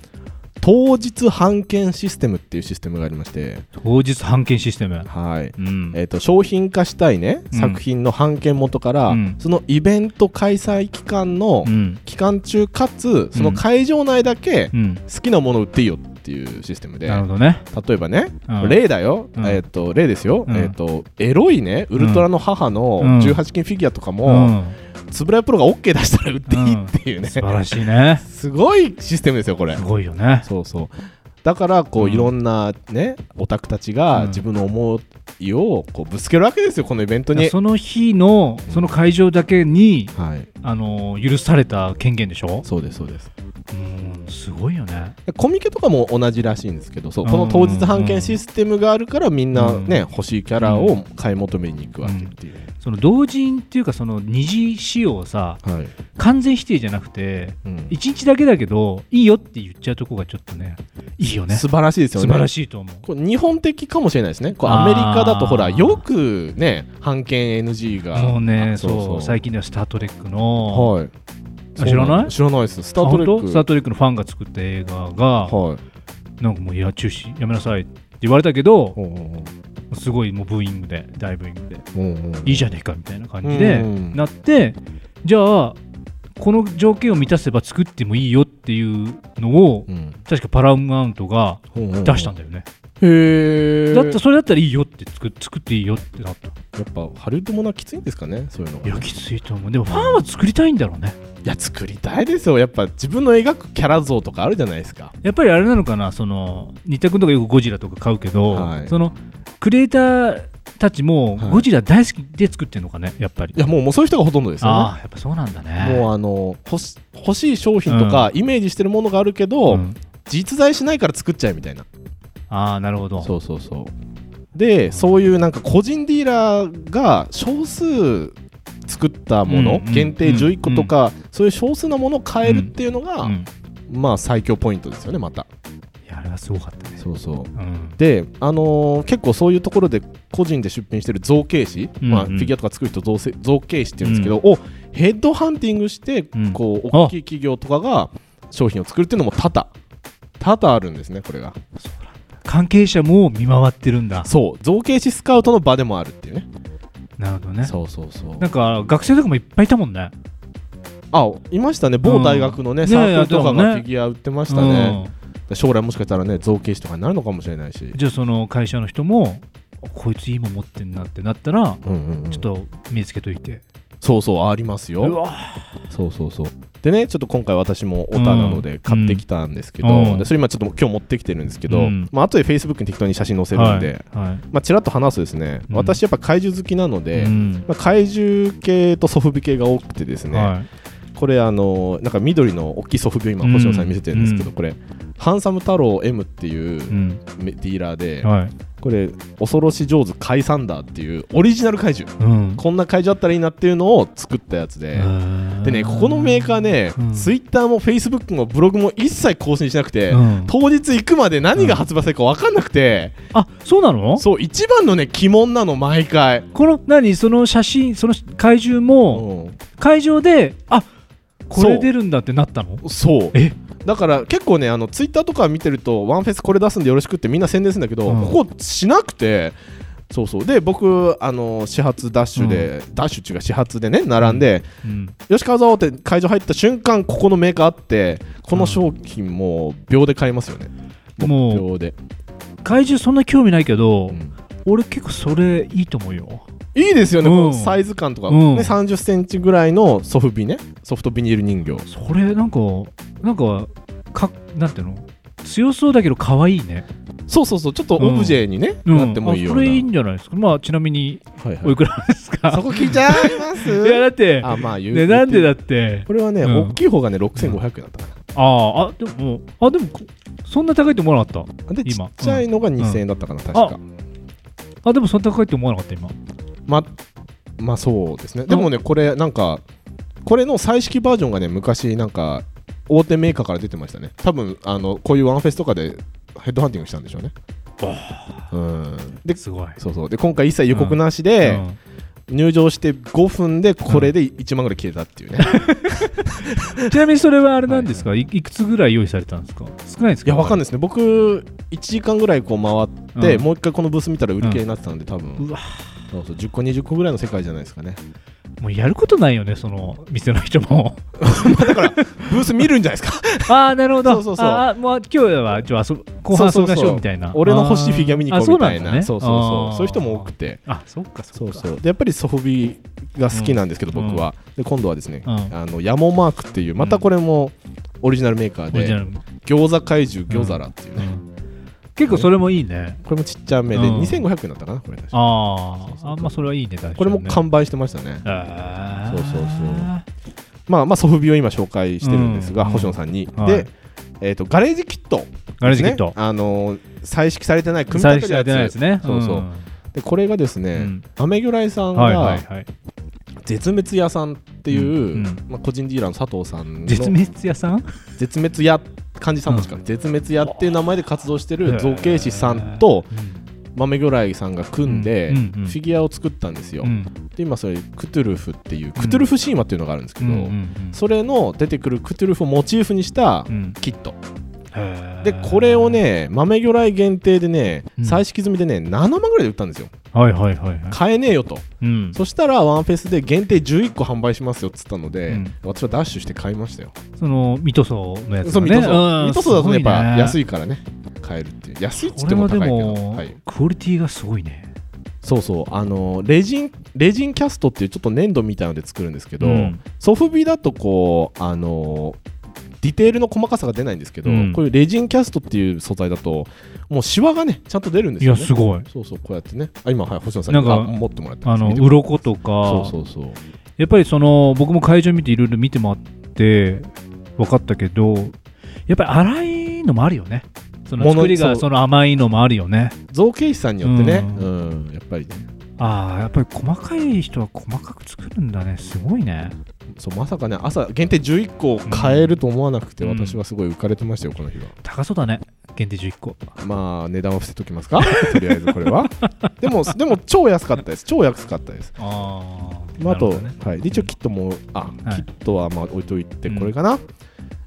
[SPEAKER 4] 当日判券システムっていうシステムがありまして、
[SPEAKER 3] 当日判券システム
[SPEAKER 4] はい、
[SPEAKER 3] うん
[SPEAKER 4] えー、と商品化したいね、
[SPEAKER 3] うん
[SPEAKER 4] 作品の版権元から、
[SPEAKER 3] うん
[SPEAKER 4] そのイベント開催期間の
[SPEAKER 3] うん
[SPEAKER 4] 期間中かつその会場内だけ
[SPEAKER 3] うん
[SPEAKER 4] 好きなものを売っていいよっていうシステムで、
[SPEAKER 3] なるほどね
[SPEAKER 4] 例えばね、
[SPEAKER 3] うん
[SPEAKER 4] 例だよ、
[SPEAKER 3] うん
[SPEAKER 4] えっ、と例ですよ、
[SPEAKER 3] うん
[SPEAKER 4] えっ、とエロいねウルトラの母の
[SPEAKER 3] うん
[SPEAKER 4] 18金フィギュアとか
[SPEAKER 3] う
[SPEAKER 4] も、
[SPEAKER 3] ん
[SPEAKER 4] つぶらやプロが OK 出したら売っていいっていうね、
[SPEAKER 3] 素晴らしいね
[SPEAKER 4] すごいシステムですよこれ
[SPEAKER 3] す。ごいよね
[SPEAKER 4] そうそうだからこう、
[SPEAKER 3] うん
[SPEAKER 4] いろんなねオタクたちが
[SPEAKER 3] うん
[SPEAKER 4] 自分の思いをこうぶつけるわけですよこのイベントに。
[SPEAKER 3] その日のその会場だけに
[SPEAKER 4] はい、
[SPEAKER 3] あの許された権限でしょ
[SPEAKER 4] そうですそうです。
[SPEAKER 3] うんすすごいよね
[SPEAKER 4] コミケとかも同じらしいんですけどそう
[SPEAKER 3] うん
[SPEAKER 4] この当日販券システムがあるからみんな、ね
[SPEAKER 3] うん
[SPEAKER 4] 欲しいキャラを買い求めに行くわけっていう、
[SPEAKER 3] その同人っていうかその二次使用をさ
[SPEAKER 4] はい、
[SPEAKER 3] 完全否定じゃなくて
[SPEAKER 4] うん
[SPEAKER 3] 1日だけだけどいいよって言っちゃうとこがちょっとねいいよね
[SPEAKER 4] 素晴らしいですよ
[SPEAKER 3] 素
[SPEAKER 4] ね
[SPEAKER 3] 晴らしいと思う
[SPEAKER 4] これ日本的かもしれないですねこう
[SPEAKER 3] あー
[SPEAKER 4] アメリカだとほらよくね版権 NG が
[SPEAKER 3] もうね
[SPEAKER 4] あ
[SPEAKER 3] そう最近では「スター・トレックの」
[SPEAKER 4] はい
[SPEAKER 3] あ知らない
[SPEAKER 4] そう知らないですスタ
[SPEAKER 3] あ
[SPEAKER 4] ー・ト
[SPEAKER 3] 本
[SPEAKER 4] レ
[SPEAKER 3] 当
[SPEAKER 4] ック
[SPEAKER 3] スター・トレックのファンが作った映画が
[SPEAKER 4] はい
[SPEAKER 3] なんかもういや中止やめなさいって言われたけど
[SPEAKER 4] ほうほうほ
[SPEAKER 3] すごいもうブーイングで大ブーイングで
[SPEAKER 4] ううんうん
[SPEAKER 3] いいじゃねえかみたいな感じで
[SPEAKER 4] うん
[SPEAKER 3] なってじゃあこの条件を満たせば作ってもいいよっていうのを
[SPEAKER 4] うん
[SPEAKER 3] 確かパラマウントが
[SPEAKER 4] ほうほうほう
[SPEAKER 3] 出したんだよね
[SPEAKER 4] へえ
[SPEAKER 3] だってそれだったらいいよって作作っていいよってなった
[SPEAKER 4] やっぱハリウッドものはきついんですかねそういうのが
[SPEAKER 3] いやきついと思うでもファンは作りたいんだろうね
[SPEAKER 4] いや作りたいですよやっぱ自分の描くキャラ像とかあるじゃないですか
[SPEAKER 3] やっぱりあれなのかなその新田君とかよくゴジラとか買うけど、
[SPEAKER 4] はい
[SPEAKER 3] そのクリエイターたちも
[SPEAKER 4] はい
[SPEAKER 3] ゴジラ大好きで作ってるのかねやっぱり
[SPEAKER 4] いやもうもうそういう人がほとんどですよ
[SPEAKER 3] ああやっぱそうなんだね
[SPEAKER 4] ねもうあの欲し欲しい商品とかイメージしてるものがあるけど、
[SPEAKER 3] うん
[SPEAKER 4] 実在しないから作っちゃえみたいな
[SPEAKER 3] ああなるほど
[SPEAKER 4] そうそうそうでそういうなんか個人ディーラーが少数作ったもの、
[SPEAKER 3] うんうん
[SPEAKER 4] 限定11個とか、そういう少数なものを買えるっていうのが、
[SPEAKER 3] うん、
[SPEAKER 4] まあ最強ポイントですよねまた
[SPEAKER 3] いやあれはすごかったね
[SPEAKER 4] そうそう
[SPEAKER 3] うん
[SPEAKER 4] で、あのー結構そういうところで個人で出品してる造形師、
[SPEAKER 3] うんうん
[SPEAKER 4] まあ、フィギュアとか作る人造せ造形師っていうんですけど、をヘッドハンティングして、
[SPEAKER 3] ん
[SPEAKER 4] こう
[SPEAKER 3] あ
[SPEAKER 4] 大きい企業とかが商品を作るっていうのも多々多々あるんですねこれが
[SPEAKER 3] 関係者も見回ってるんだ
[SPEAKER 4] そう造形師スカウトの場でもあるっていうね
[SPEAKER 3] なるほどね
[SPEAKER 4] そうそうそう
[SPEAKER 3] なんか学生とかもいっぱいいたもんね
[SPEAKER 4] あいましたね某大学のね、
[SPEAKER 3] うん
[SPEAKER 4] サークルとか
[SPEAKER 3] ねえやってたも
[SPEAKER 4] が
[SPEAKER 3] んね
[SPEAKER 4] フィギュア売ってましたね将来もしかしたらね造形師とかになるのかもしれないし
[SPEAKER 3] うん、じゃあその会社の人もこいついいもん持ってんなってなったら
[SPEAKER 4] うんうんうん
[SPEAKER 3] ちょっと見つけといて、
[SPEAKER 4] そうそうありますよ
[SPEAKER 3] うわ
[SPEAKER 4] そうそうそうでねちょっと今回私もオタなので買ってきたんですけど、
[SPEAKER 3] うん
[SPEAKER 4] でそれ今ちょっと今日持ってきてるんですけど、
[SPEAKER 3] うん
[SPEAKER 4] まあ後で Facebook に適当に写真載せるんで、
[SPEAKER 3] はいはい
[SPEAKER 4] まあちらっと話すとですね、
[SPEAKER 3] うん
[SPEAKER 4] 私やっぱ怪獣好きなので、
[SPEAKER 3] うん
[SPEAKER 4] まあ怪獣系とソフビ系が多くてですね、
[SPEAKER 3] はい
[SPEAKER 4] これあのなんか緑の大きいソフビを今星野さんに見せてるんですけど、
[SPEAKER 3] うん
[SPEAKER 4] これハンサム太郎 M っていう
[SPEAKER 3] う
[SPEAKER 4] デ
[SPEAKER 3] ん
[SPEAKER 4] ィーラーで、
[SPEAKER 3] はい
[SPEAKER 4] これ恐ろし上手カイサンダーっていうオリジナル怪獣
[SPEAKER 3] うん
[SPEAKER 4] こんな怪獣あったらいいなっていうのを作ったやつで、でね、ここのメーカーね、
[SPEAKER 3] うん
[SPEAKER 4] ツイッターもフェイスブックもブログも一切更新しなくて、
[SPEAKER 3] うん
[SPEAKER 4] 当日行くまで何が発売されるか分かんなくて、
[SPEAKER 3] あそうなの
[SPEAKER 4] そう、一番のね、鬼門なの、毎回。
[SPEAKER 3] この何その写真その怪獣も
[SPEAKER 4] う
[SPEAKER 3] 会場であこ
[SPEAKER 4] そ
[SPEAKER 3] れ
[SPEAKER 4] う
[SPEAKER 3] 出るんだってなったの
[SPEAKER 4] ん、そう
[SPEAKER 3] え
[SPEAKER 4] だから結構ねあのツイッターとか見てるとワンフェスこれ出すんでよろしくってみんな宣伝するんだけど、
[SPEAKER 3] うん
[SPEAKER 4] ここしなくてそうそうで僕あの始発ダッシュで、ダッシュっていうか始発でね並んで、
[SPEAKER 3] うん
[SPEAKER 4] よし買うぞって会場入った瞬間ここのメーカーあってこの商品もう秒で買えますよね、
[SPEAKER 3] もう
[SPEAKER 4] 秒で、
[SPEAKER 3] 怪獣そんな興味ないけど
[SPEAKER 4] うん
[SPEAKER 3] 俺結構それいいと思うよ
[SPEAKER 4] いいですよね、
[SPEAKER 3] うん
[SPEAKER 4] このサイズ感とか、
[SPEAKER 3] うん
[SPEAKER 4] ね、3 0ンチぐらいのソフビねソフトビニール人形
[SPEAKER 3] それなんかなんかかなんていうの強そうだけど可愛いね、
[SPEAKER 4] そうそうそうちょっとオブジェに、ね
[SPEAKER 3] うん、
[SPEAKER 4] なってもいいよ
[SPEAKER 3] あ
[SPEAKER 4] う
[SPEAKER 3] こ
[SPEAKER 4] な
[SPEAKER 3] れいいんじゃないですかまあちなみに
[SPEAKER 4] はい
[SPEAKER 3] お
[SPEAKER 4] はい
[SPEAKER 3] くらです
[SPEAKER 4] い、そ
[SPEAKER 3] か
[SPEAKER 4] こ聞いちゃいま
[SPEAKER 3] いやだっ
[SPEAKER 4] す
[SPEAKER 3] て
[SPEAKER 4] あまあ言う
[SPEAKER 3] 値段でだ
[SPEAKER 4] 言う
[SPEAKER 3] って
[SPEAKER 4] これはね、
[SPEAKER 3] うん
[SPEAKER 4] 大きい方がね6500円だったか
[SPEAKER 3] あああでもあでもこそんな高いと思わなかっ
[SPEAKER 4] なでち
[SPEAKER 3] 今
[SPEAKER 4] っちゃいのが2000円だったかな、確か
[SPEAKER 3] たあでもそんな高いと思わなかった今
[SPEAKER 4] ままあそうですねでもねこれなんかこれの最式バージョンがね昔なんか大手メーカーから出てましたね多分あのこういうワンフェスとかでヘッドハンティングしたんでしょうねうんです
[SPEAKER 3] ごい
[SPEAKER 4] そうそうで今回一切予告なしで、
[SPEAKER 3] うん
[SPEAKER 4] 入場して5分でこれで1万ぐらい消えたってい うね、い
[SPEAKER 3] ちなみにそれはあれなんですか、いいくつぐらい用意されたんですか少ないですか
[SPEAKER 4] やわかんない
[SPEAKER 3] い
[SPEAKER 4] ですね僕1時間ぐらいこう回って、
[SPEAKER 3] うん
[SPEAKER 4] もう一回このブース見たら売り切れになってたんで多分、
[SPEAKER 3] うわ
[SPEAKER 4] そうそう10個20個ぐらいの世界じゃないです かね
[SPEAKER 3] もうやることないよねその店の人 も
[SPEAKER 4] だからブース見るんじゃない ですか
[SPEAKER 3] ああなるほど
[SPEAKER 4] そうそうそう
[SPEAKER 3] あーもう今日はちょっと遊ぶ後半遊びましょうみたいな
[SPEAKER 4] 俺の欲しいフィギュア見に行こうみたいな
[SPEAKER 3] あーあ
[SPEAKER 4] そうそう
[SPEAKER 3] なんだ
[SPEAKER 4] そ
[SPEAKER 3] ね
[SPEAKER 4] うそういう人も多くて
[SPEAKER 3] あーあそっかそ
[SPEAKER 4] そ
[SPEAKER 3] っ
[SPEAKER 4] う
[SPEAKER 3] か
[SPEAKER 4] そうでやっぱりソフビが好きなんですけど、
[SPEAKER 3] うん
[SPEAKER 4] 僕はで今度はですね、
[SPEAKER 3] うん
[SPEAKER 4] あのヤモマークっていうまたこれもオリジナルメーカー
[SPEAKER 3] オリジナ
[SPEAKER 4] で、
[SPEAKER 3] ル
[SPEAKER 4] 餃子怪獣餃子らっていうね、
[SPEAKER 3] うん結構それもいいね
[SPEAKER 4] これもちっちゃめで、
[SPEAKER 3] うん
[SPEAKER 4] 2500円だったかなこれ確か
[SPEAKER 3] あ
[SPEAKER 4] そうそうそう
[SPEAKER 3] ああんまそれはいいね確かにね
[SPEAKER 4] これも完売してましたね
[SPEAKER 3] え
[SPEAKER 4] そうそうまあまあソフビを今紹介してるんですが、
[SPEAKER 3] うん
[SPEAKER 4] 星野さんに、
[SPEAKER 3] はい
[SPEAKER 4] でえっ、とガレージキット、ね、
[SPEAKER 3] ガレージキット。
[SPEAKER 4] あのー彩色されてない組み
[SPEAKER 3] 再
[SPEAKER 4] 立
[SPEAKER 3] 生
[SPEAKER 4] てる
[SPEAKER 3] され
[SPEAKER 4] や
[SPEAKER 3] てないで
[SPEAKER 4] つ
[SPEAKER 3] すね。
[SPEAKER 4] そうそうんでこれがです
[SPEAKER 3] う
[SPEAKER 4] ね、
[SPEAKER 3] ん
[SPEAKER 4] アメ魚雷さん
[SPEAKER 3] はいはい
[SPEAKER 4] が
[SPEAKER 3] はい。
[SPEAKER 4] 絶滅屋さんっていう、
[SPEAKER 3] うんうん
[SPEAKER 4] まあ、個人ディーラーの佐藤さんの
[SPEAKER 3] 絶滅屋さん
[SPEAKER 4] 絶滅屋漢字3文字か、
[SPEAKER 3] う
[SPEAKER 4] 絶滅屋っていう名前で活動してる造形師さんと豆魚雷さんが組んで、
[SPEAKER 3] うんうんうん
[SPEAKER 4] フィギュアを作ったんですよ、
[SPEAKER 3] うん
[SPEAKER 4] で今それクトゥルフっていうクトゥルフ神話っていうのがあるんですけ
[SPEAKER 3] う
[SPEAKER 4] ど、
[SPEAKER 3] んうんうん
[SPEAKER 4] それの出てくるクトゥルフをモチーフにした
[SPEAKER 3] うん
[SPEAKER 4] キット、
[SPEAKER 3] へー
[SPEAKER 4] でこれをね豆魚雷限定でね
[SPEAKER 3] うん
[SPEAKER 4] 彩色済みでね7万ぐらいで売ったんですよ
[SPEAKER 3] はいはいはいはい
[SPEAKER 4] 買えねえよと
[SPEAKER 3] うん
[SPEAKER 4] そしたらワンフェスで限定11個販売しますよっつったので、
[SPEAKER 3] うん
[SPEAKER 4] 私はダッシュして買いましたよ
[SPEAKER 3] そのミトソーのやつ
[SPEAKER 4] そう
[SPEAKER 3] だね
[SPEAKER 4] ミトソーミトソーだとねやっぱ安
[SPEAKER 3] い
[SPEAKER 4] いからね買えるっていう安いっつ
[SPEAKER 3] こ
[SPEAKER 4] っ
[SPEAKER 3] れ
[SPEAKER 4] ても
[SPEAKER 3] はで
[SPEAKER 4] 高いけど、
[SPEAKER 3] も
[SPEAKER 4] はい、
[SPEAKER 3] クオリティがすごいね
[SPEAKER 4] そうそうあのレジンレジンキャストっていうちょっと粘土みたいので作るんですけど、
[SPEAKER 3] うん
[SPEAKER 4] ソフビだとこうあのディテールの細かさが出ないんですけど、
[SPEAKER 3] うん
[SPEAKER 4] こういうレジンキャストっていう素材だともうシワがねちゃんと出るんで
[SPEAKER 3] い
[SPEAKER 4] すよ
[SPEAKER 3] や
[SPEAKER 4] ね
[SPEAKER 3] すごい
[SPEAKER 4] そうそうこうやってねあ今はい星野さん
[SPEAKER 3] な
[SPEAKER 4] に
[SPEAKER 3] んか
[SPEAKER 4] あ持ってもらってま
[SPEAKER 3] あ
[SPEAKER 4] す
[SPEAKER 3] の
[SPEAKER 4] 見てもらって
[SPEAKER 3] 鱗とか
[SPEAKER 4] そうそうそう
[SPEAKER 3] やっぱりその僕も会場見ていろいろ見てもらって分かったけどやっぱり粗いのもあるよねその
[SPEAKER 4] もの
[SPEAKER 3] 作り
[SPEAKER 4] そ
[SPEAKER 3] が
[SPEAKER 4] う
[SPEAKER 3] その甘いのもあるよね
[SPEAKER 4] 造形師さんによってね、
[SPEAKER 3] う
[SPEAKER 4] うんやっぱりね
[SPEAKER 3] ああやっぱり細かい人は細かく作るんだねすごいね
[SPEAKER 4] そうまさかね朝限定11個を買えると思わなくて、
[SPEAKER 3] うん
[SPEAKER 4] 私はすごい浮かれてましたよこの日は
[SPEAKER 3] 高そうだね限定11個
[SPEAKER 4] まあ値段は伏せときますかとりあえずこ れはでもでも超安かったです超安かったです
[SPEAKER 3] あー
[SPEAKER 4] まあ、あと、
[SPEAKER 3] なるほどね
[SPEAKER 4] はい、で一応キットもあ、
[SPEAKER 3] はい
[SPEAKER 4] キットはまあ置いといて
[SPEAKER 3] うん
[SPEAKER 4] これかな、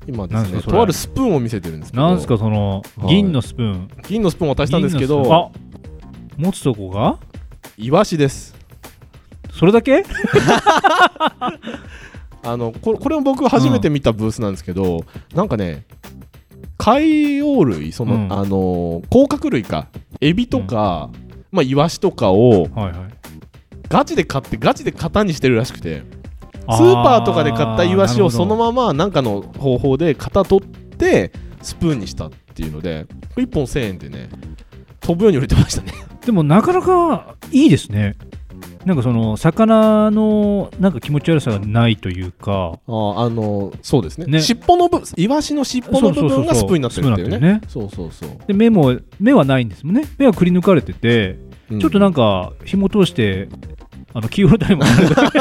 [SPEAKER 4] 今で
[SPEAKER 3] なん
[SPEAKER 4] す
[SPEAKER 3] すか
[SPEAKER 4] ね
[SPEAKER 3] それ
[SPEAKER 4] とあるスプーンを見せてるんですけど
[SPEAKER 3] なんすかその
[SPEAKER 4] はい
[SPEAKER 3] 銀のスプーン
[SPEAKER 4] 銀のスプーンを渡したんですけ
[SPEAKER 3] 銀の
[SPEAKER 4] ど
[SPEAKER 3] スプーンあ持つとこが
[SPEAKER 4] イワシです
[SPEAKER 3] それだけ
[SPEAKER 4] あのここれも僕初めて見たブースなんですけど、なんかね海洋類その、
[SPEAKER 3] うん
[SPEAKER 4] あの甲殻類かエビとか、まあイワシとか
[SPEAKER 3] は
[SPEAKER 4] を
[SPEAKER 3] いはい
[SPEAKER 4] ガチで買ってガチで型にしてるらしくてスーパーとかで買ったイワシをその
[SPEAKER 3] ま
[SPEAKER 4] ままなんかの方法で型取ってスプーンにしたっていうので1本1000円でね飛ぶように売れてましたね
[SPEAKER 3] でもなかなかいいですねなんかその魚のなんか気持ち悪さがないというか
[SPEAKER 4] あーあのそうですね
[SPEAKER 3] ね
[SPEAKER 4] 尻尾の部イワシの尻尾の部分がスプーンになってるっていう
[SPEAKER 3] スプーンにな
[SPEAKER 4] ね
[SPEAKER 3] って
[SPEAKER 4] そうそうそう、
[SPEAKER 3] で目も目はないんですもんね目はくり抜かれてて、
[SPEAKER 4] うん
[SPEAKER 3] ちょっとなんか紐通してあの黄色いタイムあるんだけ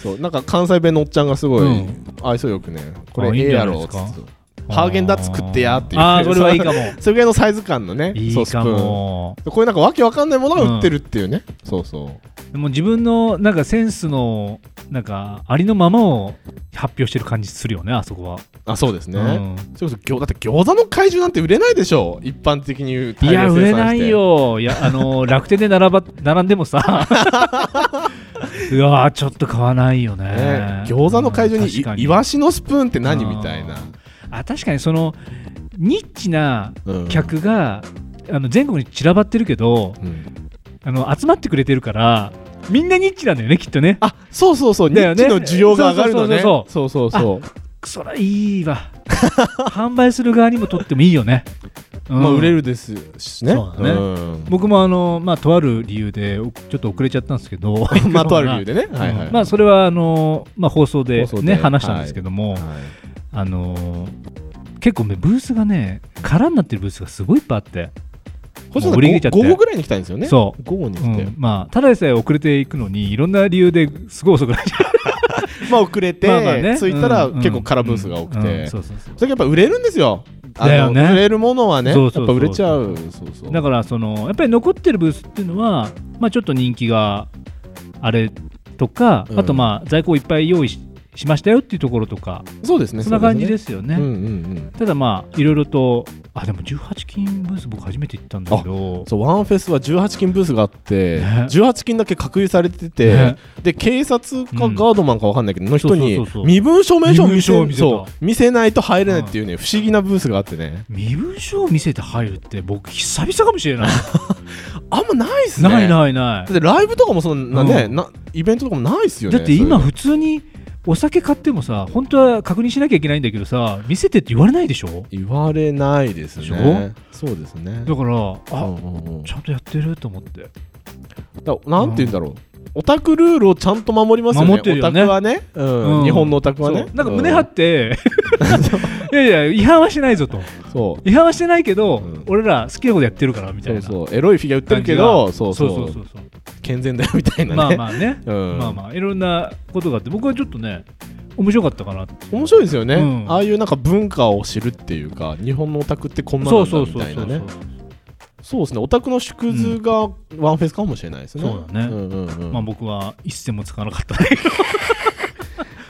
[SPEAKER 4] そうなんか関西弁のおっちゃんがすごい
[SPEAKER 3] うん
[SPEAKER 4] 愛想よくね、こ
[SPEAKER 3] あ
[SPEAKER 4] れ
[SPEAKER 3] いいん
[SPEAKER 4] ええ
[SPEAKER 3] じゃ
[SPEAKER 4] や
[SPEAKER 3] ないで
[SPEAKER 4] ろ
[SPEAKER 3] す
[SPEAKER 4] っつ
[SPEAKER 3] か
[SPEAKER 4] って
[SPEAKER 3] ど
[SPEAKER 4] ハーゲンダッツ食ってやっていう
[SPEAKER 3] あーあーそれはいいかも
[SPEAKER 4] それぐらいのサイズ感のね
[SPEAKER 3] い
[SPEAKER 4] そう
[SPEAKER 3] い
[SPEAKER 4] スプー
[SPEAKER 3] か
[SPEAKER 4] ン
[SPEAKER 3] も
[SPEAKER 4] こういうなんかわけわかんないものが売ってるっていうね、そうそう
[SPEAKER 3] でも自分のなんかセンスのなんかありのままを発表してる感じするよねあそこは、
[SPEAKER 4] あそうですね、
[SPEAKER 3] うん
[SPEAKER 4] それこそ餃だって餃子の怪獣なんて売れないでしょ一般的に言う
[SPEAKER 3] い
[SPEAKER 4] 大
[SPEAKER 3] や
[SPEAKER 4] 量
[SPEAKER 3] 売
[SPEAKER 4] 生
[SPEAKER 3] れ
[SPEAKER 4] 産
[SPEAKER 3] な
[SPEAKER 4] して
[SPEAKER 3] いよいやあの 楽天で並ば並んでもさ うわーちょっと買わないよね
[SPEAKER 4] ね餃子の怪獣に
[SPEAKER 3] うん確か
[SPEAKER 4] イイワシのスプーンって何みたいな、
[SPEAKER 3] あ確かにそのニッチな
[SPEAKER 4] うん、
[SPEAKER 3] 客が、あの全国に散らばってるけど
[SPEAKER 4] うん
[SPEAKER 3] あの集まってくれてるからみんなニッチなんだよねきっとね
[SPEAKER 4] あそうそうそう、
[SPEAKER 3] だよ
[SPEAKER 4] ニ
[SPEAKER 3] ね
[SPEAKER 4] ッチの需要が上がるのね
[SPEAKER 3] そう
[SPEAKER 4] そうそうそう
[SPEAKER 3] そらいいわ 販売する側にもとってもいいよね、うん
[SPEAKER 4] まあ売れるですしね
[SPEAKER 3] そうだね
[SPEAKER 4] うん
[SPEAKER 3] 僕もあの、まあ、とある理由でおちょっと遅れちゃったんですけど
[SPEAKER 4] まあとある理由でね、はいはい
[SPEAKER 3] まあそれはあの、まあ、放送で,、ね、
[SPEAKER 4] 放送で
[SPEAKER 3] 話したんですけども、
[SPEAKER 4] はい
[SPEAKER 3] あの結構ねブースがね空になってるブースがすごいいっぱいあって、
[SPEAKER 4] 星野
[SPEAKER 3] もう売り切れちゃ
[SPEAKER 4] さ
[SPEAKER 3] っ
[SPEAKER 4] ん
[SPEAKER 3] て
[SPEAKER 4] 午後ぐらいに来たんですよね
[SPEAKER 3] そう
[SPEAKER 4] 午後に来
[SPEAKER 3] う
[SPEAKER 4] て、
[SPEAKER 3] んまあ、ただでさえ遅れていくのにいろんな理由ですごい遅くなっちゃっ
[SPEAKER 4] まあ遅れて、
[SPEAKER 3] て、まあまあね
[SPEAKER 4] 着いたら
[SPEAKER 3] うん
[SPEAKER 4] 結構空ブースが多くて、
[SPEAKER 3] うんうんそうそうそう
[SPEAKER 4] それがやっぱ売れるんですよあの
[SPEAKER 3] だよね
[SPEAKER 4] 売れるものはね
[SPEAKER 3] そうそうそう
[SPEAKER 4] やっぱ売れちゃうそうそう
[SPEAKER 3] だからそのやっぱり残ってるブースっていうのは、まあ、ちょっと人気があれとか、
[SPEAKER 4] うん
[SPEAKER 3] あとまあ在庫をいっぱい用意ししましたよっていうところとか、
[SPEAKER 4] そうですね
[SPEAKER 3] そんな感じですすよね
[SPEAKER 4] ねうんうんうん
[SPEAKER 3] ただまあいろいろとあでも18金ブース僕初めて行ったんだけど
[SPEAKER 4] そうワンフェスは18金ブースがあって、
[SPEAKER 3] ね
[SPEAKER 4] 18金だけ隔離されてて、
[SPEAKER 3] ね
[SPEAKER 4] で警察かガ
[SPEAKER 3] うん
[SPEAKER 4] ードマンか分かんないけど、の人に
[SPEAKER 3] そうそうそうそう
[SPEAKER 4] 身分証明書を見せ
[SPEAKER 3] 身分証を見せた
[SPEAKER 4] そう見せないと入れないっていうね、不思議なブースがあってね
[SPEAKER 3] 身分証を見せて入るって僕久々かもしれ ない
[SPEAKER 4] あんまないっすね
[SPEAKER 3] ないないない
[SPEAKER 4] だってライブとかもそんなね、
[SPEAKER 3] う
[SPEAKER 4] なイベントとかもないっすよね
[SPEAKER 3] だって今
[SPEAKER 4] そうい
[SPEAKER 3] 普
[SPEAKER 4] う
[SPEAKER 3] 通にお酒買ってもさ本当は確認しなきゃいけないんだけどさ見せてって言われないでしょ
[SPEAKER 4] の言われないです
[SPEAKER 3] でしょ
[SPEAKER 4] ねそうですね
[SPEAKER 3] だから
[SPEAKER 4] う
[SPEAKER 3] あ
[SPEAKER 4] んうんうん
[SPEAKER 3] ちゃんとやってると思って
[SPEAKER 4] だなんて言うんだろう、オタクルールをちゃんと守りますよね
[SPEAKER 3] 守ってるよね
[SPEAKER 4] オタクはね、うん
[SPEAKER 3] うん
[SPEAKER 4] 日本のオタクは
[SPEAKER 3] そ
[SPEAKER 4] ね
[SPEAKER 3] うなんか胸張
[SPEAKER 4] っ
[SPEAKER 3] って、 いやいや、違反はしてないぞと。
[SPEAKER 4] そう
[SPEAKER 3] 違反はしてないけど、
[SPEAKER 4] うん
[SPEAKER 3] 俺ら好きなことやってるからみた
[SPEAKER 4] そ
[SPEAKER 3] いうな。
[SPEAKER 4] そうエロいフィギュア売ってるけどそうそう
[SPEAKER 3] そうそうそう
[SPEAKER 4] 健全だよみたいなね、
[SPEAKER 3] まあまあね、
[SPEAKER 4] うん
[SPEAKER 3] まあまあいろんなことがあって僕はちょっとね面白かったかなって
[SPEAKER 4] 面白いですよね、
[SPEAKER 3] うん
[SPEAKER 4] ああいうなんか文化を知るっていうか日本のオタクってこんな
[SPEAKER 3] そう
[SPEAKER 4] な
[SPEAKER 3] ん
[SPEAKER 4] だ
[SPEAKER 3] そう
[SPEAKER 4] み
[SPEAKER 3] そう
[SPEAKER 4] たい
[SPEAKER 3] そ
[SPEAKER 4] な
[SPEAKER 3] う
[SPEAKER 4] ねそうですねオタクの縮図がワンフェスかもしれないですね、
[SPEAKER 3] そうだね
[SPEAKER 4] んうんうん
[SPEAKER 3] まあ僕は一銭も使わなかった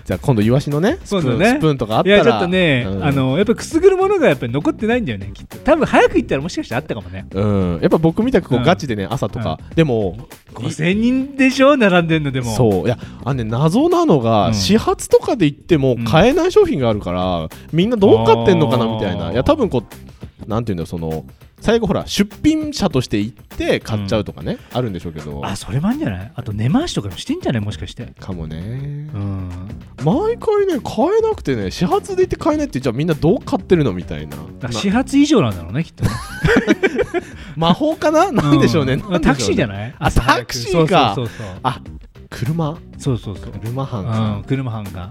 [SPEAKER 4] じゃあ今度イワシのねス
[SPEAKER 3] そう
[SPEAKER 4] プー
[SPEAKER 3] だ
[SPEAKER 4] ン
[SPEAKER 3] ね
[SPEAKER 4] スプーンとかあっ
[SPEAKER 3] い
[SPEAKER 4] たら
[SPEAKER 3] やちょっとね、
[SPEAKER 4] うん
[SPEAKER 3] あのやっぱくすぐるものがやっぱり残ってないんだよねきっと多分早く行ったらもしかしてあったかもね
[SPEAKER 4] うん、やっぱ僕みたくこ
[SPEAKER 3] う
[SPEAKER 4] うんガチでね、朝とか、でも
[SPEAKER 3] 5000人でしょ並んでんのでもう
[SPEAKER 4] そういやあのね謎なのが、
[SPEAKER 3] うん
[SPEAKER 4] 始発とかで行っても
[SPEAKER 3] うん
[SPEAKER 4] 買えない商品があるから、みんなどう買ってんのかな
[SPEAKER 3] あー
[SPEAKER 4] みたいないや多分こうなんていうんだよその最後ほら出品者として行って買っちゃうとかね、あるんでしょうけど
[SPEAKER 3] あそれもあるんじゃないあと根回しとかもしてんじゃないもしかして
[SPEAKER 4] かもね
[SPEAKER 3] うん
[SPEAKER 4] 毎回ね買えなくてね始発で行って買えないってじゃあみんなどう買ってるのみたいな
[SPEAKER 3] だから始発以上なんだろうねきっとね
[SPEAKER 4] 魔法かな なんでしょうね、なんでしょうね
[SPEAKER 3] タクシーじゃ
[SPEAKER 4] ない
[SPEAKER 3] ない
[SPEAKER 4] あ
[SPEAKER 3] 朝早く
[SPEAKER 4] タクシーか
[SPEAKER 3] そうそう
[SPEAKER 4] あ車
[SPEAKER 3] そうそうそうそうそう
[SPEAKER 4] 車
[SPEAKER 3] う
[SPEAKER 4] 班
[SPEAKER 3] ん
[SPEAKER 4] か、
[SPEAKER 3] 車班が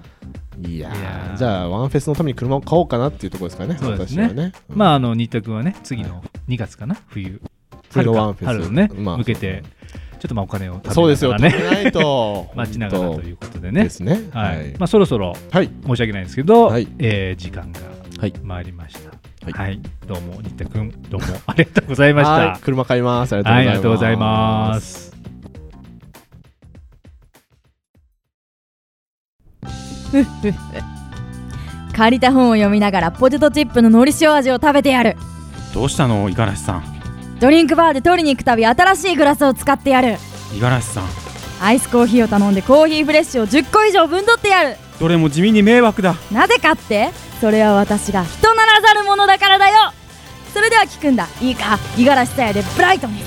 [SPEAKER 4] いや
[SPEAKER 3] いや
[SPEAKER 4] ー
[SPEAKER 3] ー
[SPEAKER 4] じゃあワンフェスのために車を買おうかなっていうところですかね
[SPEAKER 3] そうです
[SPEAKER 4] 私
[SPEAKER 3] ね
[SPEAKER 4] はね、うん
[SPEAKER 3] まあ、あの、新田君はね、次の2月かな、冬。
[SPEAKER 4] 冬
[SPEAKER 3] 春
[SPEAKER 4] の
[SPEAKER 3] か
[SPEAKER 4] ワンフェス
[SPEAKER 3] 春のね、
[SPEAKER 4] まあ
[SPEAKER 3] 向けて、ちょっとまあお金を
[SPEAKER 4] そうです
[SPEAKER 3] な
[SPEAKER 4] よ
[SPEAKER 3] がら
[SPEAKER 4] 食べ
[SPEAKER 3] ね、
[SPEAKER 4] ないと
[SPEAKER 3] 待ちながらということで
[SPEAKER 4] ね
[SPEAKER 3] ね
[SPEAKER 4] で。すね
[SPEAKER 3] はい
[SPEAKER 4] はい
[SPEAKER 3] まあ、そろそろ
[SPEAKER 4] はい
[SPEAKER 3] 申し訳ないんですけど、
[SPEAKER 4] はい
[SPEAKER 3] えー時間が
[SPEAKER 4] はい
[SPEAKER 3] 参りました。
[SPEAKER 4] はい
[SPEAKER 3] どうも、新田君、どうもありがとうございました。
[SPEAKER 4] はい車買いますあり
[SPEAKER 3] はい、あり
[SPEAKER 4] が
[SPEAKER 3] が
[SPEAKER 4] と
[SPEAKER 3] と
[SPEAKER 4] う
[SPEAKER 3] う
[SPEAKER 4] ご
[SPEAKER 3] ご
[SPEAKER 4] ざ
[SPEAKER 3] ざ
[SPEAKER 4] い
[SPEAKER 3] い
[SPEAKER 4] ま
[SPEAKER 3] ますす。
[SPEAKER 1] 借りた本を読みながらポテトチップののり塩味を食べてやる
[SPEAKER 2] どうしたの五十嵐さん
[SPEAKER 1] ドリンクバーで取りに行くたび新しいグラスを使ってやる
[SPEAKER 2] 五十嵐さん
[SPEAKER 1] アイスコーヒーを頼んでコーヒーフレッシュを10個以上分取ってやる
[SPEAKER 2] どれも地味に迷惑だ
[SPEAKER 1] なぜかってそれは私が人ならざるものだからだよそれでは聞くんだいいか五十嵐さやでブライトに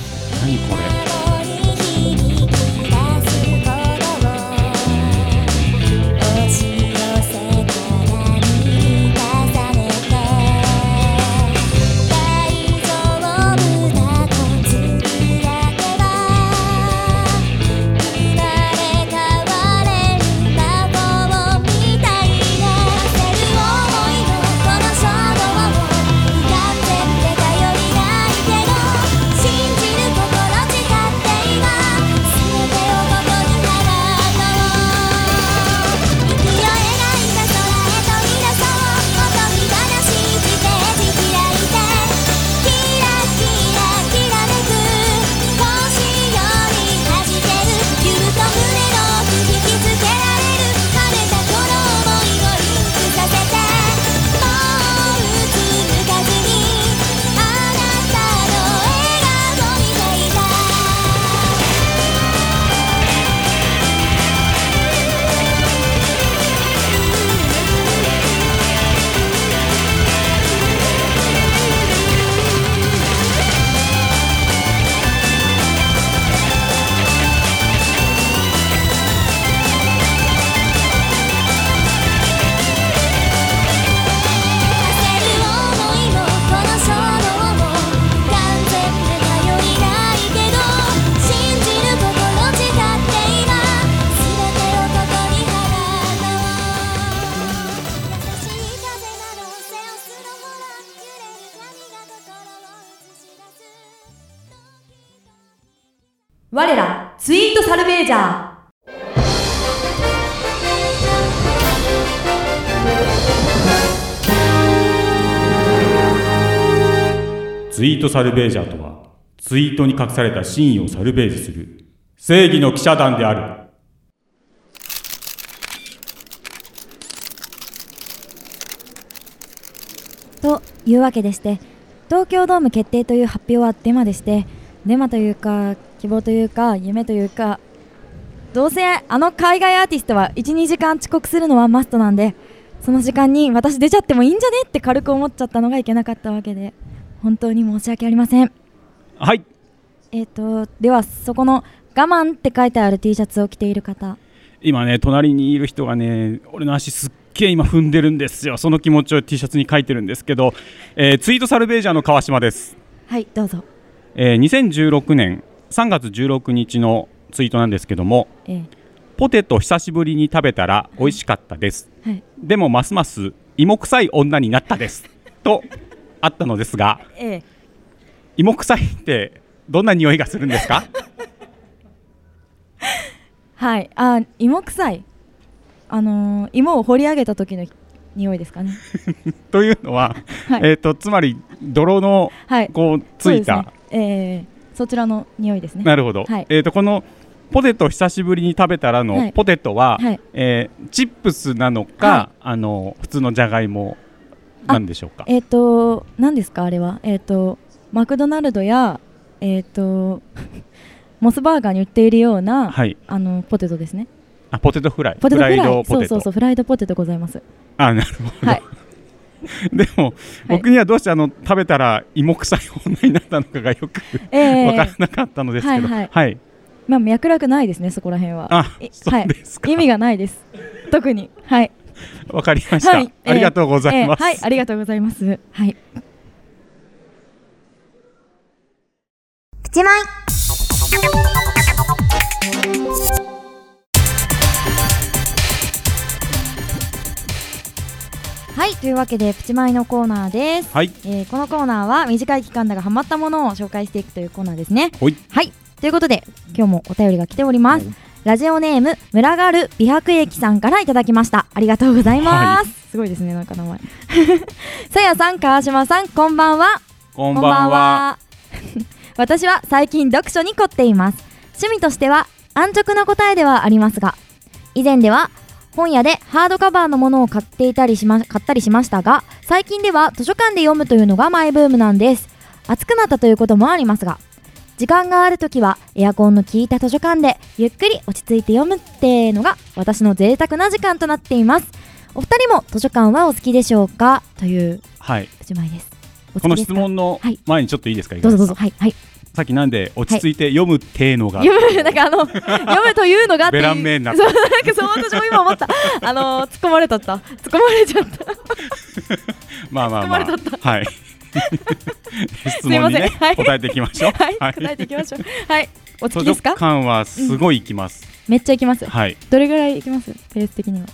[SPEAKER 2] 何これ
[SPEAKER 5] 心に響き出すことを押し寄せからに重ねて大丈夫だとつぶやけば生まれ変われる魔法みたいな焦る想いのこの衝動を浮かんでて頼りないけど信じる心誓って今全てをここに払うの息を描いた空へ飛び出そうおとぎ話ステージ開いてキラキラきらめく星より弾けるゆると胸の奥引きつけられる晴れたこの想いをリンクさせてもううつむかずにあなたの笑顔を見ていた焦る想いもこの衝動も完全で頼りないけど信じる心誓って今全てをここに払うの優しい風など背をすのほら揺れる髪が心を映し出す
[SPEAKER 1] 我らツイートサルベージャー
[SPEAKER 6] ツイートサルベージャーとは、ツイートに隠された真意をサルベージする、正義の記者団である。
[SPEAKER 1] というわけでして東京ドーム決定という発表はデマでしてデマというか希望というか夢というかどうせあの海外アーティストは12時間遅刻するのはマストなんでその時間に私出ちゃってもいいんじゃねって軽く思っちゃったのがいけなかったわけで本当に申し訳ありません
[SPEAKER 2] はい
[SPEAKER 1] えっ、とではそこの「我慢」って書いてある T シャツを着ている方
[SPEAKER 2] 今ね隣にいる人がね俺の足すっげえ今踏んでるんですよその気持ちを T シャツに書いてるんですけど、えーツイートサルベージャーの川島です
[SPEAKER 1] はいどうぞ
[SPEAKER 2] えー2016年3月16日のツイートなんですけども
[SPEAKER 1] ええ
[SPEAKER 2] ポテト久しぶりに食べたら美味しかったです、
[SPEAKER 1] はい
[SPEAKER 2] でもますます芋臭い女になったですとあったのですが
[SPEAKER 1] ええ、
[SPEAKER 2] 芋臭いってどんな匂いがするんですか
[SPEAKER 1] はいあ芋臭いあのー芋を掘り上げた時の匂いですかね
[SPEAKER 2] というのは、
[SPEAKER 1] はい
[SPEAKER 2] えー、とつまり泥の
[SPEAKER 1] はい
[SPEAKER 2] こう ついた、
[SPEAKER 1] そうですねええそちらの匂いですね
[SPEAKER 2] なるほど、
[SPEAKER 1] はい
[SPEAKER 2] えー、とこのポテト久しぶりに食べたら
[SPEAKER 1] は
[SPEAKER 2] の
[SPEAKER 1] い
[SPEAKER 2] ポテトは、
[SPEAKER 1] はい
[SPEAKER 2] えーチップスなのか、
[SPEAKER 1] は
[SPEAKER 2] あの普通のじゃがいもなんでしょうか
[SPEAKER 1] えっ、と何ですかあれはえっ、とマクドナルドやえっ、と モスバーガーに売っているような、
[SPEAKER 2] はい
[SPEAKER 1] あのポテトですね
[SPEAKER 2] あポテトフライ
[SPEAKER 1] ポテトフライ
[SPEAKER 2] フライドポ
[SPEAKER 1] そう
[SPEAKER 2] テト
[SPEAKER 1] そうそうフライドポテトござい ます
[SPEAKER 2] あなるほど、
[SPEAKER 1] はい
[SPEAKER 2] でも僕にはどうしてあの食べたら芋臭い女になったのかがよく
[SPEAKER 1] ええ
[SPEAKER 2] わからなかったのですけ
[SPEAKER 1] は
[SPEAKER 2] ど
[SPEAKER 1] いはい
[SPEAKER 2] はい
[SPEAKER 1] まあ脈絡ないですねそこら辺は
[SPEAKER 2] あ
[SPEAKER 1] い
[SPEAKER 2] そうですか
[SPEAKER 1] はい、意味がないです特にはい
[SPEAKER 2] わかりました、
[SPEAKER 1] はいえー
[SPEAKER 2] ありがとうございます、
[SPEAKER 1] えーはいありがとうございますはい
[SPEAKER 5] プチマイ
[SPEAKER 7] はいというわけでプチマイのコーナーです、
[SPEAKER 2] はい
[SPEAKER 7] えーこのコーナーは短い期間だがハマったものを紹介していくというコーナーですね
[SPEAKER 2] ほい
[SPEAKER 7] ということで今日もお便りが来ておりますラジオネーム村ガール美白駅さんからいただきましたありがとうございます、すごいですねなんか名前 さやさん川島さんこんばんは
[SPEAKER 2] こんば
[SPEAKER 7] こ
[SPEAKER 2] ん
[SPEAKER 7] んば
[SPEAKER 2] は
[SPEAKER 7] んは。 私は最近読書に凝っています。趣味としては安直な答えではありますが、以前では本屋でハードカバーのものを買っていたりしま買ったりしましたが、最近では図書館で読むというのがマイブームなんです。暑くなったということもありますが、時間があるときはエアコンの効いた図書館でゆっくり落ち着いて読むってのが私の贅沢な時間となっています。お二人も図書館はお好きでしょうかという
[SPEAKER 2] はい
[SPEAKER 7] プチマイです。お好きですか
[SPEAKER 2] この質問の
[SPEAKER 7] はい
[SPEAKER 2] 前にちょっといいですか、い
[SPEAKER 7] ど
[SPEAKER 2] か
[SPEAKER 7] う
[SPEAKER 2] が
[SPEAKER 7] ぞ
[SPEAKER 2] で
[SPEAKER 7] どうぞ
[SPEAKER 2] すか
[SPEAKER 7] はいはい
[SPEAKER 2] さっきなんで落ち着いて読むっていうのが、
[SPEAKER 7] 読 むなんかあの読むというのがってい
[SPEAKER 2] ベ
[SPEAKER 7] う
[SPEAKER 2] ランメーンな
[SPEAKER 7] そうなんかそう私も今思った あの突っ込まれたった突っ込まれちゃった
[SPEAKER 2] まあまあまあ
[SPEAKER 7] 突っ込まれとっ
[SPEAKER 2] はい質問に
[SPEAKER 7] すいません
[SPEAKER 2] ね、
[SPEAKER 7] はい
[SPEAKER 2] 答えていきましょう
[SPEAKER 7] はい、答えていきましょうはいお好き
[SPEAKER 2] 図書
[SPEAKER 7] ですか
[SPEAKER 2] 館はすごい行きます、
[SPEAKER 1] めっちゃ行きます
[SPEAKER 2] はい
[SPEAKER 1] どれぐらい行きますペース的には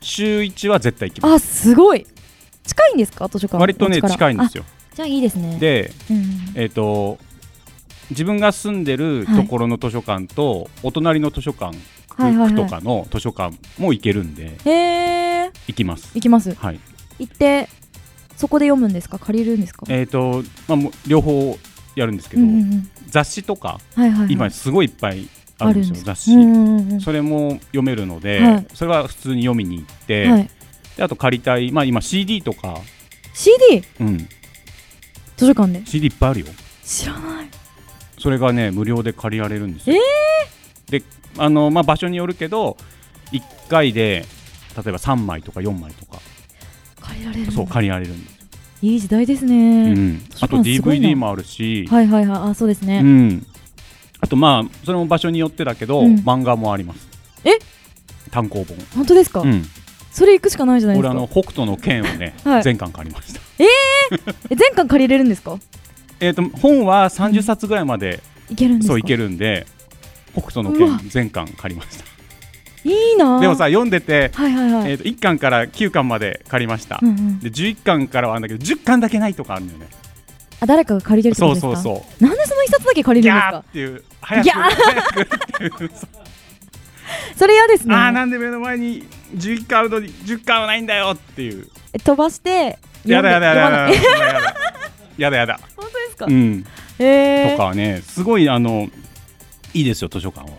[SPEAKER 2] 週一は絶対行きます
[SPEAKER 1] あすごい近いんですか図書館
[SPEAKER 2] 割とね近いんです
[SPEAKER 1] よ
[SPEAKER 2] よ
[SPEAKER 7] じゃあいいですね
[SPEAKER 2] で
[SPEAKER 7] うん
[SPEAKER 2] えっ、と自分が住んでるところの図書館と、お隣の図書館区、
[SPEAKER 1] はいはいはい
[SPEAKER 2] 区とかの図書館も行けるんで
[SPEAKER 1] へえ
[SPEAKER 2] 行きます
[SPEAKER 1] 行きます
[SPEAKER 2] はい
[SPEAKER 1] 行ってそこで読むんですか借りるんですか
[SPEAKER 2] えっ、とまあもう両方やるんですけ
[SPEAKER 1] う
[SPEAKER 2] ど、
[SPEAKER 1] んうんうん
[SPEAKER 2] 雑誌とか
[SPEAKER 1] はいはいはい
[SPEAKER 2] 今すごいいっぱいあるんですよ、雑誌、
[SPEAKER 1] うんうんうん
[SPEAKER 2] それも読めるので、
[SPEAKER 1] はい
[SPEAKER 2] それは普通に読みに行って、
[SPEAKER 1] はい
[SPEAKER 2] であと借りたいまあ今 CD とか、
[SPEAKER 1] CD
[SPEAKER 2] うん、
[SPEAKER 1] 図書館で
[SPEAKER 2] CD いっぱいあるよ
[SPEAKER 1] 知らない
[SPEAKER 2] それがね無料で借りられるんですよ。であの、まあ、場所によるけど1回で例えば3枚とか4枚とか
[SPEAKER 1] 借りられる
[SPEAKER 2] そう借りられるんですよ、
[SPEAKER 1] いい時代です
[SPEAKER 2] う
[SPEAKER 1] ね、
[SPEAKER 2] ん、あと
[SPEAKER 1] そうすごいな
[SPEAKER 2] DVD もあるし、
[SPEAKER 1] はいはいはいあそうです
[SPEAKER 2] う
[SPEAKER 1] ね、
[SPEAKER 2] ん、あとまあそれも場所によってだけど、
[SPEAKER 1] うん
[SPEAKER 2] 漫画もあります
[SPEAKER 1] え
[SPEAKER 2] 単行本、
[SPEAKER 1] 本当ですか、
[SPEAKER 2] うん、
[SPEAKER 1] それ行くしかないじゃないで
[SPEAKER 2] 俺
[SPEAKER 1] す
[SPEAKER 2] あ
[SPEAKER 1] か
[SPEAKER 2] の北斗の剣をね、
[SPEAKER 1] はい
[SPEAKER 2] 全巻借りました
[SPEAKER 1] え全巻借りれるんですか
[SPEAKER 2] えっ、と本は30冊ぐらいまで、
[SPEAKER 1] いけるんですか
[SPEAKER 2] そういけ
[SPEAKER 1] る
[SPEAKER 2] るんで北斗の
[SPEAKER 1] うわ
[SPEAKER 2] 剣全巻借りました
[SPEAKER 1] いいなあ
[SPEAKER 2] でもさ読んでて、
[SPEAKER 1] はいはいはい、
[SPEAKER 2] えー、と1巻から9巻まで借りました、
[SPEAKER 1] うんうん、
[SPEAKER 2] で11巻からはあるんだけど10巻だけないとかあるんだよね
[SPEAKER 1] あ誰かが借りてるってこ
[SPEAKER 2] そ
[SPEAKER 1] と
[SPEAKER 2] う
[SPEAKER 1] ですか
[SPEAKER 2] そうそう
[SPEAKER 1] なんでその一冊だけ
[SPEAKER 2] う
[SPEAKER 1] 借り
[SPEAKER 2] ギ
[SPEAKER 1] るんです
[SPEAKER 2] ャー
[SPEAKER 1] か
[SPEAKER 2] っていう早く
[SPEAKER 1] ギャー
[SPEAKER 2] 早くっていう
[SPEAKER 1] それ嫌ですね
[SPEAKER 2] ああなんで目の前に11巻あるのに10巻はないんだよっていう
[SPEAKER 1] え飛ばして
[SPEAKER 2] やだやだやだやだ
[SPEAKER 1] 読まない
[SPEAKER 2] やだ やだ
[SPEAKER 1] 本当ですか、
[SPEAKER 2] うん
[SPEAKER 1] えー、
[SPEAKER 2] とかねすごいあのいいですよ図書館は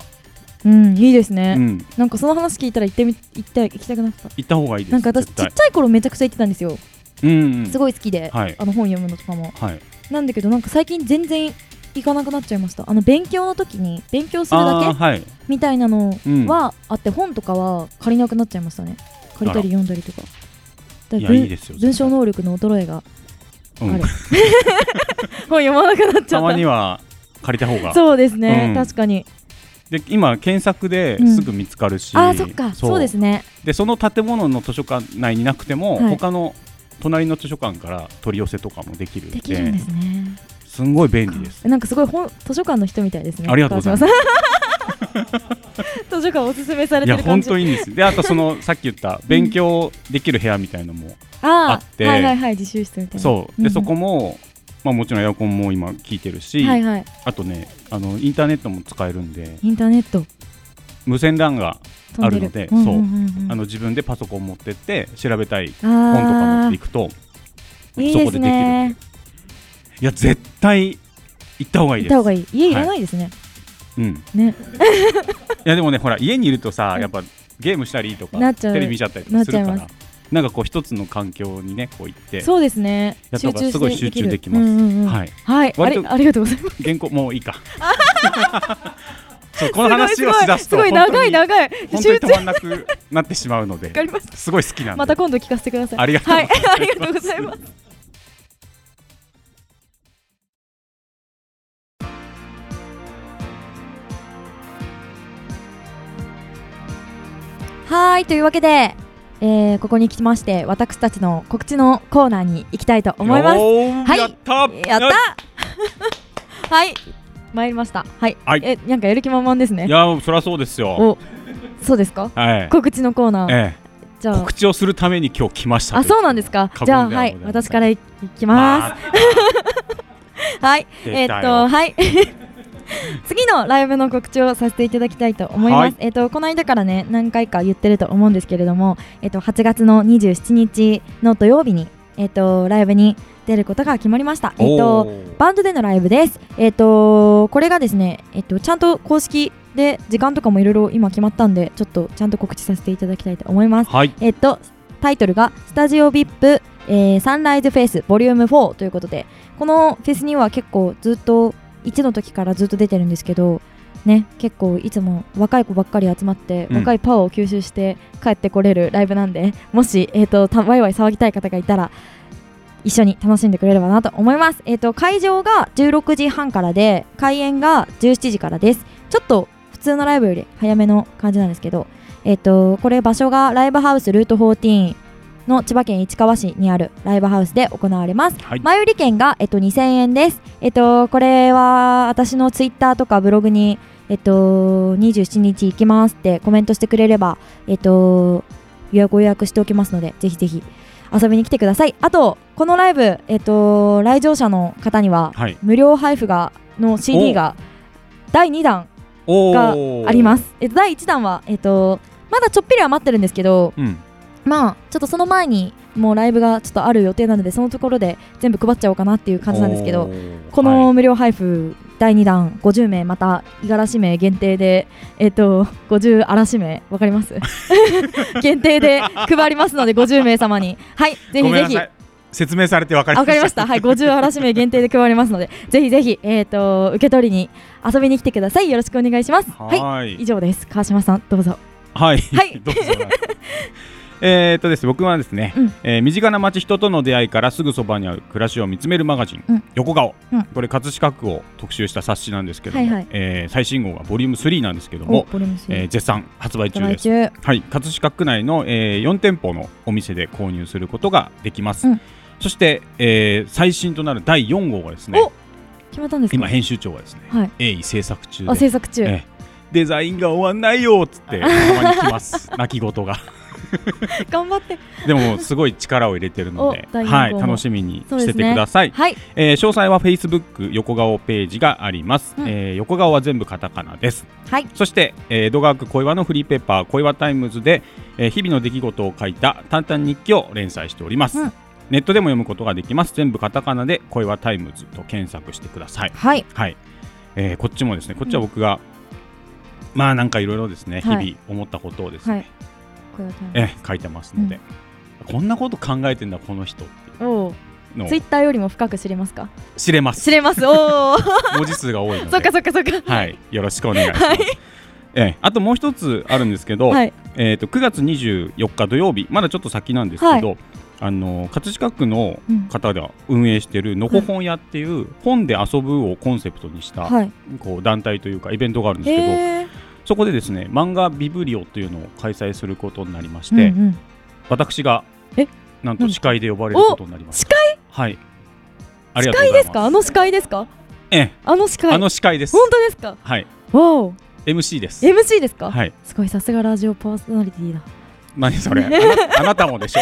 [SPEAKER 1] うんいいですね、
[SPEAKER 2] うん
[SPEAKER 1] なんかその話聞いたら行ってみ行って行きたくなった
[SPEAKER 2] 行った方がいいです
[SPEAKER 1] なんか私ち
[SPEAKER 2] 絶
[SPEAKER 1] っちゃ
[SPEAKER 2] 対
[SPEAKER 1] い頃めちゃくちゃ行ってたんですよ
[SPEAKER 2] うんうん
[SPEAKER 1] すごい好きで、
[SPEAKER 2] はい
[SPEAKER 1] あの本読むのとかも
[SPEAKER 2] はい
[SPEAKER 1] なんだけどなんか最近全然行かなくなっちゃいましたあの勉強の時に勉強するだ
[SPEAKER 2] あー
[SPEAKER 1] け
[SPEAKER 2] はい
[SPEAKER 1] みたいなの
[SPEAKER 2] うん
[SPEAKER 1] はあって、本とかは借りなくなっちゃいましたね借りたり読んだりとかだ
[SPEAKER 2] い
[SPEAKER 1] か
[SPEAKER 2] や
[SPEAKER 1] ら文
[SPEAKER 2] いいですよ
[SPEAKER 1] 文章能力の衰えが あ
[SPEAKER 2] うん
[SPEAKER 1] る本読まなくなっちゃ
[SPEAKER 2] たまに
[SPEAKER 1] っ
[SPEAKER 2] は借りた方が
[SPEAKER 1] たそうですね、
[SPEAKER 2] うん
[SPEAKER 1] 確かに
[SPEAKER 2] で今検索ですぐ見つかるし、
[SPEAKER 1] あーそっかそうですね
[SPEAKER 2] でその建物の図書館内になくても、
[SPEAKER 1] はい
[SPEAKER 2] 他の隣の図書館から取り寄せとかもできるんで
[SPEAKER 1] できるんですね
[SPEAKER 2] すんごい便利です
[SPEAKER 1] なんかすごい本図書館の人みたいですね
[SPEAKER 2] ありがとうございます
[SPEAKER 1] 川島
[SPEAKER 8] 図書館おすすめされ
[SPEAKER 2] い
[SPEAKER 8] て
[SPEAKER 2] や
[SPEAKER 8] る感
[SPEAKER 2] 本
[SPEAKER 8] じ
[SPEAKER 2] 当いいんですであとそのさっき言った勉強できる部屋みたいのも、あ
[SPEAKER 8] あ
[SPEAKER 2] っ
[SPEAKER 8] あ
[SPEAKER 2] て
[SPEAKER 8] はいはいはい自習室みたいな
[SPEAKER 2] そうで、
[SPEAKER 8] んん
[SPEAKER 2] そこも、まあ、もちろんエアコンも今効いてるし、
[SPEAKER 8] はいはい
[SPEAKER 2] あとねあのインターネットも使えるんで
[SPEAKER 8] インターネット
[SPEAKER 2] 無線 LAN が
[SPEAKER 8] 飛んでる
[SPEAKER 2] あるので
[SPEAKER 8] んんんん
[SPEAKER 2] あの自分でパソコン持ってって調べたい本とか持
[SPEAKER 8] あ
[SPEAKER 2] っ
[SPEAKER 8] ー
[SPEAKER 2] ていくと
[SPEAKER 8] いい
[SPEAKER 2] そ
[SPEAKER 8] で
[SPEAKER 2] こ
[SPEAKER 8] す
[SPEAKER 2] でできる
[SPEAKER 8] ね
[SPEAKER 2] いや絶対行った方がいい
[SPEAKER 8] 行っ
[SPEAKER 2] で
[SPEAKER 8] た
[SPEAKER 2] す
[SPEAKER 8] 方がいい家いらないですね
[SPEAKER 2] うん、
[SPEAKER 8] ね
[SPEAKER 2] いやでもねほら家にいるとさやっぱゲームしたりとか
[SPEAKER 8] なっちゃう
[SPEAKER 2] テレビ見ちゃったりとかするか
[SPEAKER 8] なっちゃ
[SPEAKER 2] らなんかこう一つの環境にねこう行って
[SPEAKER 8] そうですね
[SPEAKER 2] やった方がすごい集中でき
[SPEAKER 8] る
[SPEAKER 2] ます
[SPEAKER 8] うんうんうん
[SPEAKER 2] はい
[SPEAKER 8] はいあ
[SPEAKER 2] 割
[SPEAKER 8] り
[SPEAKER 2] と
[SPEAKER 8] ありがとうございます
[SPEAKER 2] 原稿もうい いかそうこの話をしだすと
[SPEAKER 8] ごいすごい長い長い
[SPEAKER 2] 本当
[SPEAKER 8] 集
[SPEAKER 2] に
[SPEAKER 8] 中
[SPEAKER 2] 本当に止まんなくなってしまうので
[SPEAKER 8] かりまし
[SPEAKER 2] すごい好きなんで
[SPEAKER 8] また今度聞かせてください
[SPEAKER 2] ありが とうございます
[SPEAKER 8] はいありがとうございます
[SPEAKER 1] はーいというわけで、えーここに来まして私たちの告知のコーナーに行きたいと思います
[SPEAKER 2] よー
[SPEAKER 1] はい
[SPEAKER 2] やった
[SPEAKER 1] やった はい参りましたはい、
[SPEAKER 2] はい
[SPEAKER 1] えなんかやる気満々ですね
[SPEAKER 2] いやそりゃそうですよ
[SPEAKER 1] おそうですか
[SPEAKER 2] はい
[SPEAKER 1] 告知のコーナー
[SPEAKER 2] ええ
[SPEAKER 1] じゃあ
[SPEAKER 2] 告知をするために今日来ました
[SPEAKER 1] あそうなんですすかじ
[SPEAKER 2] 過言では
[SPEAKER 1] ゃあはい
[SPEAKER 2] ございません
[SPEAKER 1] 私からいいきますはいえ
[SPEAKER 2] 出
[SPEAKER 1] ー
[SPEAKER 2] た
[SPEAKER 1] っと
[SPEAKER 2] よ
[SPEAKER 1] はい 次のライブの告知をさせていただきたいと思います、
[SPEAKER 2] はい
[SPEAKER 1] えーっとこの間からね何回か言ってると思うんですけれどもえーっと8月の27日の土曜日にえーっとライブに出ることが決まりましたえーっとバンドでのライブです。えっ、と、これがですね、えっ、と、ちゃんと公式で時間とかもいろいろ今決まったんで、ちょっとちゃんと告知させていただきたいと思います。
[SPEAKER 2] はい
[SPEAKER 1] えっ、と、タイトルが、スタジオ VIP、えーサンライズフェイスボリューム4ということで、このフェスには結構ずっと、1の時からずっと出てるんですけど、ね、結構いつも若い子ばっかり集まって、
[SPEAKER 2] うん
[SPEAKER 1] 若いパワーを吸収して帰ってこれるライブなんで、もし、えっ、と、たワイワイ騒ぎたい方がいたら、一緒に楽しんでくれればなと思います。えっ、と会場が16時半からで開演が17時からです。ちょっと普通のライブより早めの感じなんですけど、えっ、とこれ場所がライブハウスルート14の千葉県市川市にあるライブハウスで行われます。
[SPEAKER 2] はい
[SPEAKER 1] 前売り券が、えっと、2000円です。えっと、これは私のツイッターとかブログに、えっと、27日行きますってコメントしてくれれば、えっと、予約ご予約しておきますので、ぜひぜひ遊びに来てください。あと、このライブ、えっと、来場者の方には、
[SPEAKER 2] はい
[SPEAKER 1] 無料配布が、の CD が第2弾
[SPEAKER 2] お
[SPEAKER 1] があります。えっと、第1弾は、えっと、まだちょっぴりは待ってるんですけど、
[SPEAKER 2] うん
[SPEAKER 1] まあちょっとその前にもうライブがちょっとある予定なのでそのところで全部配っちゃおうかなっていう感じなんですけ
[SPEAKER 2] お
[SPEAKER 1] ど
[SPEAKER 2] ー
[SPEAKER 1] こ
[SPEAKER 2] は
[SPEAKER 1] の無料配布第2弾50名また五十嵐名限定でえっと50嵐名わかります 限定で配りますので50名様にはい
[SPEAKER 2] い
[SPEAKER 1] ぜひ
[SPEAKER 2] ごめん
[SPEAKER 1] ぜ
[SPEAKER 2] な
[SPEAKER 1] ひ
[SPEAKER 2] さい説明されて分かり
[SPEAKER 1] あ
[SPEAKER 2] ま
[SPEAKER 1] わ
[SPEAKER 2] した
[SPEAKER 1] かりました。はい、50嵐名限定で配りますので、ぜひぜひ、えっ、と、受け取りに遊びに来てください。よろしくお願いします。はい、
[SPEAKER 2] はーい
[SPEAKER 1] 以上です。川島さん、どうぞ。
[SPEAKER 2] はい。
[SPEAKER 1] はい
[SPEAKER 2] どうぞえーっとですね、僕はですね、
[SPEAKER 1] うん
[SPEAKER 2] えー身近な街人との出会いからすぐそばにある暮らしを見つめるマガジン、
[SPEAKER 1] うん
[SPEAKER 2] 横顔、
[SPEAKER 1] うん
[SPEAKER 2] これ葛飾区を特集した冊子なんですけども、
[SPEAKER 1] はいはい
[SPEAKER 2] えー最新号がボリューム3なんですけど
[SPEAKER 1] お
[SPEAKER 2] も、
[SPEAKER 1] ボリューム3
[SPEAKER 2] えー絶賛発売中
[SPEAKER 1] 発売
[SPEAKER 2] です。
[SPEAKER 1] 中。
[SPEAKER 2] はい、葛飾区内の、え4店舗のお店で購入することができます。
[SPEAKER 1] うん
[SPEAKER 2] そして、えー最新となる第4号がですね、
[SPEAKER 1] お決まったんですか
[SPEAKER 2] 今編集長がですね、
[SPEAKER 1] はい
[SPEAKER 2] 鋭意制作中で
[SPEAKER 1] あ、制作中。
[SPEAKER 2] ええデザインが終わんないよっつ ってたまに来ます泣き言が
[SPEAKER 1] 頑張って。
[SPEAKER 2] でもすごい力を入れてるので
[SPEAKER 1] お第、四
[SPEAKER 2] はい、
[SPEAKER 1] 号も
[SPEAKER 2] 楽しみに
[SPEAKER 1] そうで
[SPEAKER 2] し
[SPEAKER 1] すね
[SPEAKER 2] ててください、
[SPEAKER 1] はい。
[SPEAKER 2] えー詳細は Facebook 横顔ページがあります、
[SPEAKER 1] うん
[SPEAKER 2] えー横顔は全部カタカナです
[SPEAKER 1] はい。
[SPEAKER 2] そして、えー、江戸川区小岩のフリーペーパー小岩タイムズで、えー日々の出来事を書いた淡々日記を連載しております、
[SPEAKER 1] うん
[SPEAKER 2] ネットでも読むことができます全部カタカナで小岩タイムズと検索してください
[SPEAKER 1] はい。
[SPEAKER 2] はい、えーこっちもですねこっちは僕が、まあなんかいろいろですね、
[SPEAKER 1] はい
[SPEAKER 2] 日々思ったことをですね、
[SPEAKER 1] はい。これは大
[SPEAKER 2] え
[SPEAKER 1] 変
[SPEAKER 2] ー書いてますので、こんなこと考えてんだこの人っていう
[SPEAKER 1] おお。
[SPEAKER 2] のを
[SPEAKER 1] ツイッターよりも深く知れますか。
[SPEAKER 2] 知れます
[SPEAKER 1] 知れます。 おお。
[SPEAKER 2] 文字数が多いの で
[SPEAKER 1] そっかそっかそっか。
[SPEAKER 2] はい、よろしくお願いします、えーあともう一つあるんですけど、
[SPEAKER 1] はい。
[SPEAKER 2] えー、と9月24日土曜日まだちょっと先なんですけど、あの葛飾区の
[SPEAKER 1] うん
[SPEAKER 2] 方が運営しているのほほん屋っていう本で遊ぶをコンセプトにした、
[SPEAKER 1] はい。
[SPEAKER 2] こう団体というかイベントがあるんですけど、
[SPEAKER 1] へえ。
[SPEAKER 2] そこでですね漫画ビブリオというのを開催することになりまし
[SPEAKER 1] うん
[SPEAKER 2] て、
[SPEAKER 1] うん。
[SPEAKER 2] 私が
[SPEAKER 1] え
[SPEAKER 2] なんと司会で呼ばれることになりまし
[SPEAKER 1] 司
[SPEAKER 2] た。
[SPEAKER 1] 会
[SPEAKER 2] はい。あり
[SPEAKER 1] 司
[SPEAKER 2] がとう
[SPEAKER 1] 会
[SPEAKER 2] ござ
[SPEAKER 1] で
[SPEAKER 2] い
[SPEAKER 1] すか。
[SPEAKER 2] ま
[SPEAKER 1] あの
[SPEAKER 2] す。
[SPEAKER 1] 司会ですか。
[SPEAKER 2] ええ、
[SPEAKER 1] あの司会。
[SPEAKER 2] あ
[SPEAKER 1] 本
[SPEAKER 2] の司会です。
[SPEAKER 1] 当ですか。
[SPEAKER 2] はい。
[SPEAKER 1] おお。
[SPEAKER 2] MC です。
[SPEAKER 1] MC ですか、
[SPEAKER 2] はい。
[SPEAKER 1] すごいさすがラジオパーソナリティだ
[SPEAKER 2] 何それあなあなたもでしょ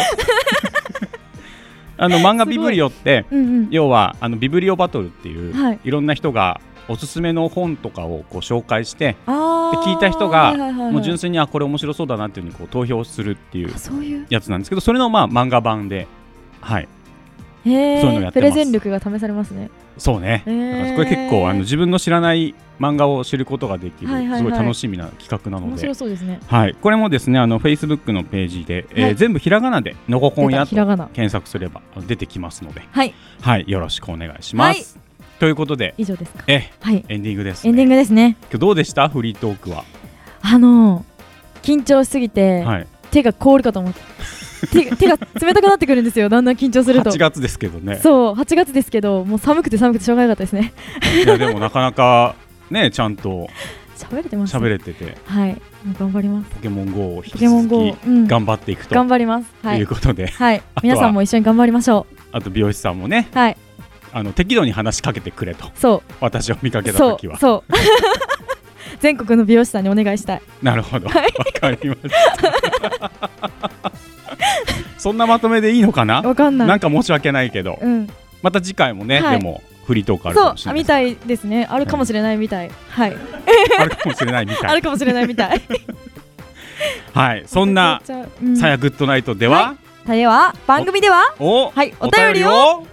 [SPEAKER 2] あの漫画「ビブリオ」って
[SPEAKER 1] うん
[SPEAKER 2] 要はあのビブリオバトルってい
[SPEAKER 1] う、
[SPEAKER 2] う
[SPEAKER 1] んはい
[SPEAKER 2] いろんな人がおすすめの本とかをこう紹介して
[SPEAKER 1] あ
[SPEAKER 2] で
[SPEAKER 1] ー
[SPEAKER 2] 聞いた人が
[SPEAKER 1] はいはいはいはい
[SPEAKER 2] もう純粋にあこれ面白そうだなっていうふうにこう投票するっていう
[SPEAKER 1] あそういう
[SPEAKER 2] やつなんですけどそれのまあ漫画版ではい
[SPEAKER 1] へえ
[SPEAKER 2] そういうのやってます
[SPEAKER 1] プレゼン力が試されますね
[SPEAKER 2] そうね
[SPEAKER 1] へー
[SPEAKER 2] だからこれ結構あの自分の知らない漫画を知ることができる
[SPEAKER 1] はいはいはい
[SPEAKER 2] すごい楽しみな企画なの
[SPEAKER 1] 面
[SPEAKER 2] で
[SPEAKER 1] 白。そうですね
[SPEAKER 2] はい、これもですねあの Facebook のページで、えー
[SPEAKER 1] はい
[SPEAKER 2] 全部ひらがなで「のここん
[SPEAKER 1] 出た
[SPEAKER 2] や」と
[SPEAKER 1] ひらがな
[SPEAKER 2] 検索すれば出てきますので、
[SPEAKER 1] はい、
[SPEAKER 2] はい、よろしくお願いします。ということで、
[SPEAKER 1] 以上ですか
[SPEAKER 2] え、
[SPEAKER 1] はい
[SPEAKER 2] エンディングです、
[SPEAKER 1] エンディン
[SPEAKER 2] グ。
[SPEAKER 1] グですね
[SPEAKER 2] 今日どうでした？フリートークは。
[SPEAKER 1] あのー緊張しすぎて、
[SPEAKER 2] はい。
[SPEAKER 1] 手が凍るかと思って手 が手が冷たくなってくるんですよだんだん緊張すると
[SPEAKER 2] 8月ですけどね。
[SPEAKER 1] そう8月ですけどもう寒くて寒くてしょうがなかったですね
[SPEAKER 2] いやでもなかなかねちゃんと
[SPEAKER 1] 喋れてます
[SPEAKER 2] 喋れてて、
[SPEAKER 1] はいもう頑張ります
[SPEAKER 2] ポケモン GO を引き
[SPEAKER 1] ポケモン GO
[SPEAKER 2] 続き
[SPEAKER 1] うん
[SPEAKER 2] 頑張っていくと
[SPEAKER 1] 頑張りますはいいう
[SPEAKER 2] ことで、
[SPEAKER 1] はい
[SPEAKER 2] は
[SPEAKER 1] 皆さんも一緒に頑張りましょ
[SPEAKER 2] あと美容師さんもね、
[SPEAKER 1] うはい
[SPEAKER 2] あの適度に話しかけてくれと
[SPEAKER 1] そ
[SPEAKER 2] 私を見か
[SPEAKER 1] う
[SPEAKER 2] けた
[SPEAKER 1] そ
[SPEAKER 2] 時は
[SPEAKER 1] う。そう 全国の美容師さんにお願いしたい
[SPEAKER 2] なるほど。わかりました。そんなまとめでいいのかな？
[SPEAKER 1] わかんない
[SPEAKER 2] なんか申し訳ないけど、
[SPEAKER 1] うん
[SPEAKER 2] また次回もね、
[SPEAKER 1] はい
[SPEAKER 2] でもフリートークあるか
[SPEAKER 1] そう
[SPEAKER 2] もし
[SPEAKER 1] あ
[SPEAKER 2] れない
[SPEAKER 1] みたいですねあるかもしれないみたいはい
[SPEAKER 2] あるかもしれないみ
[SPEAKER 1] あ
[SPEAKER 2] た
[SPEAKER 1] る
[SPEAKER 2] い
[SPEAKER 1] かもしれないみたい
[SPEAKER 2] はいそ んな「さやグッドナイト」では、
[SPEAKER 1] さやは番組では
[SPEAKER 2] お
[SPEAKER 1] はいお便りを
[SPEAKER 2] お便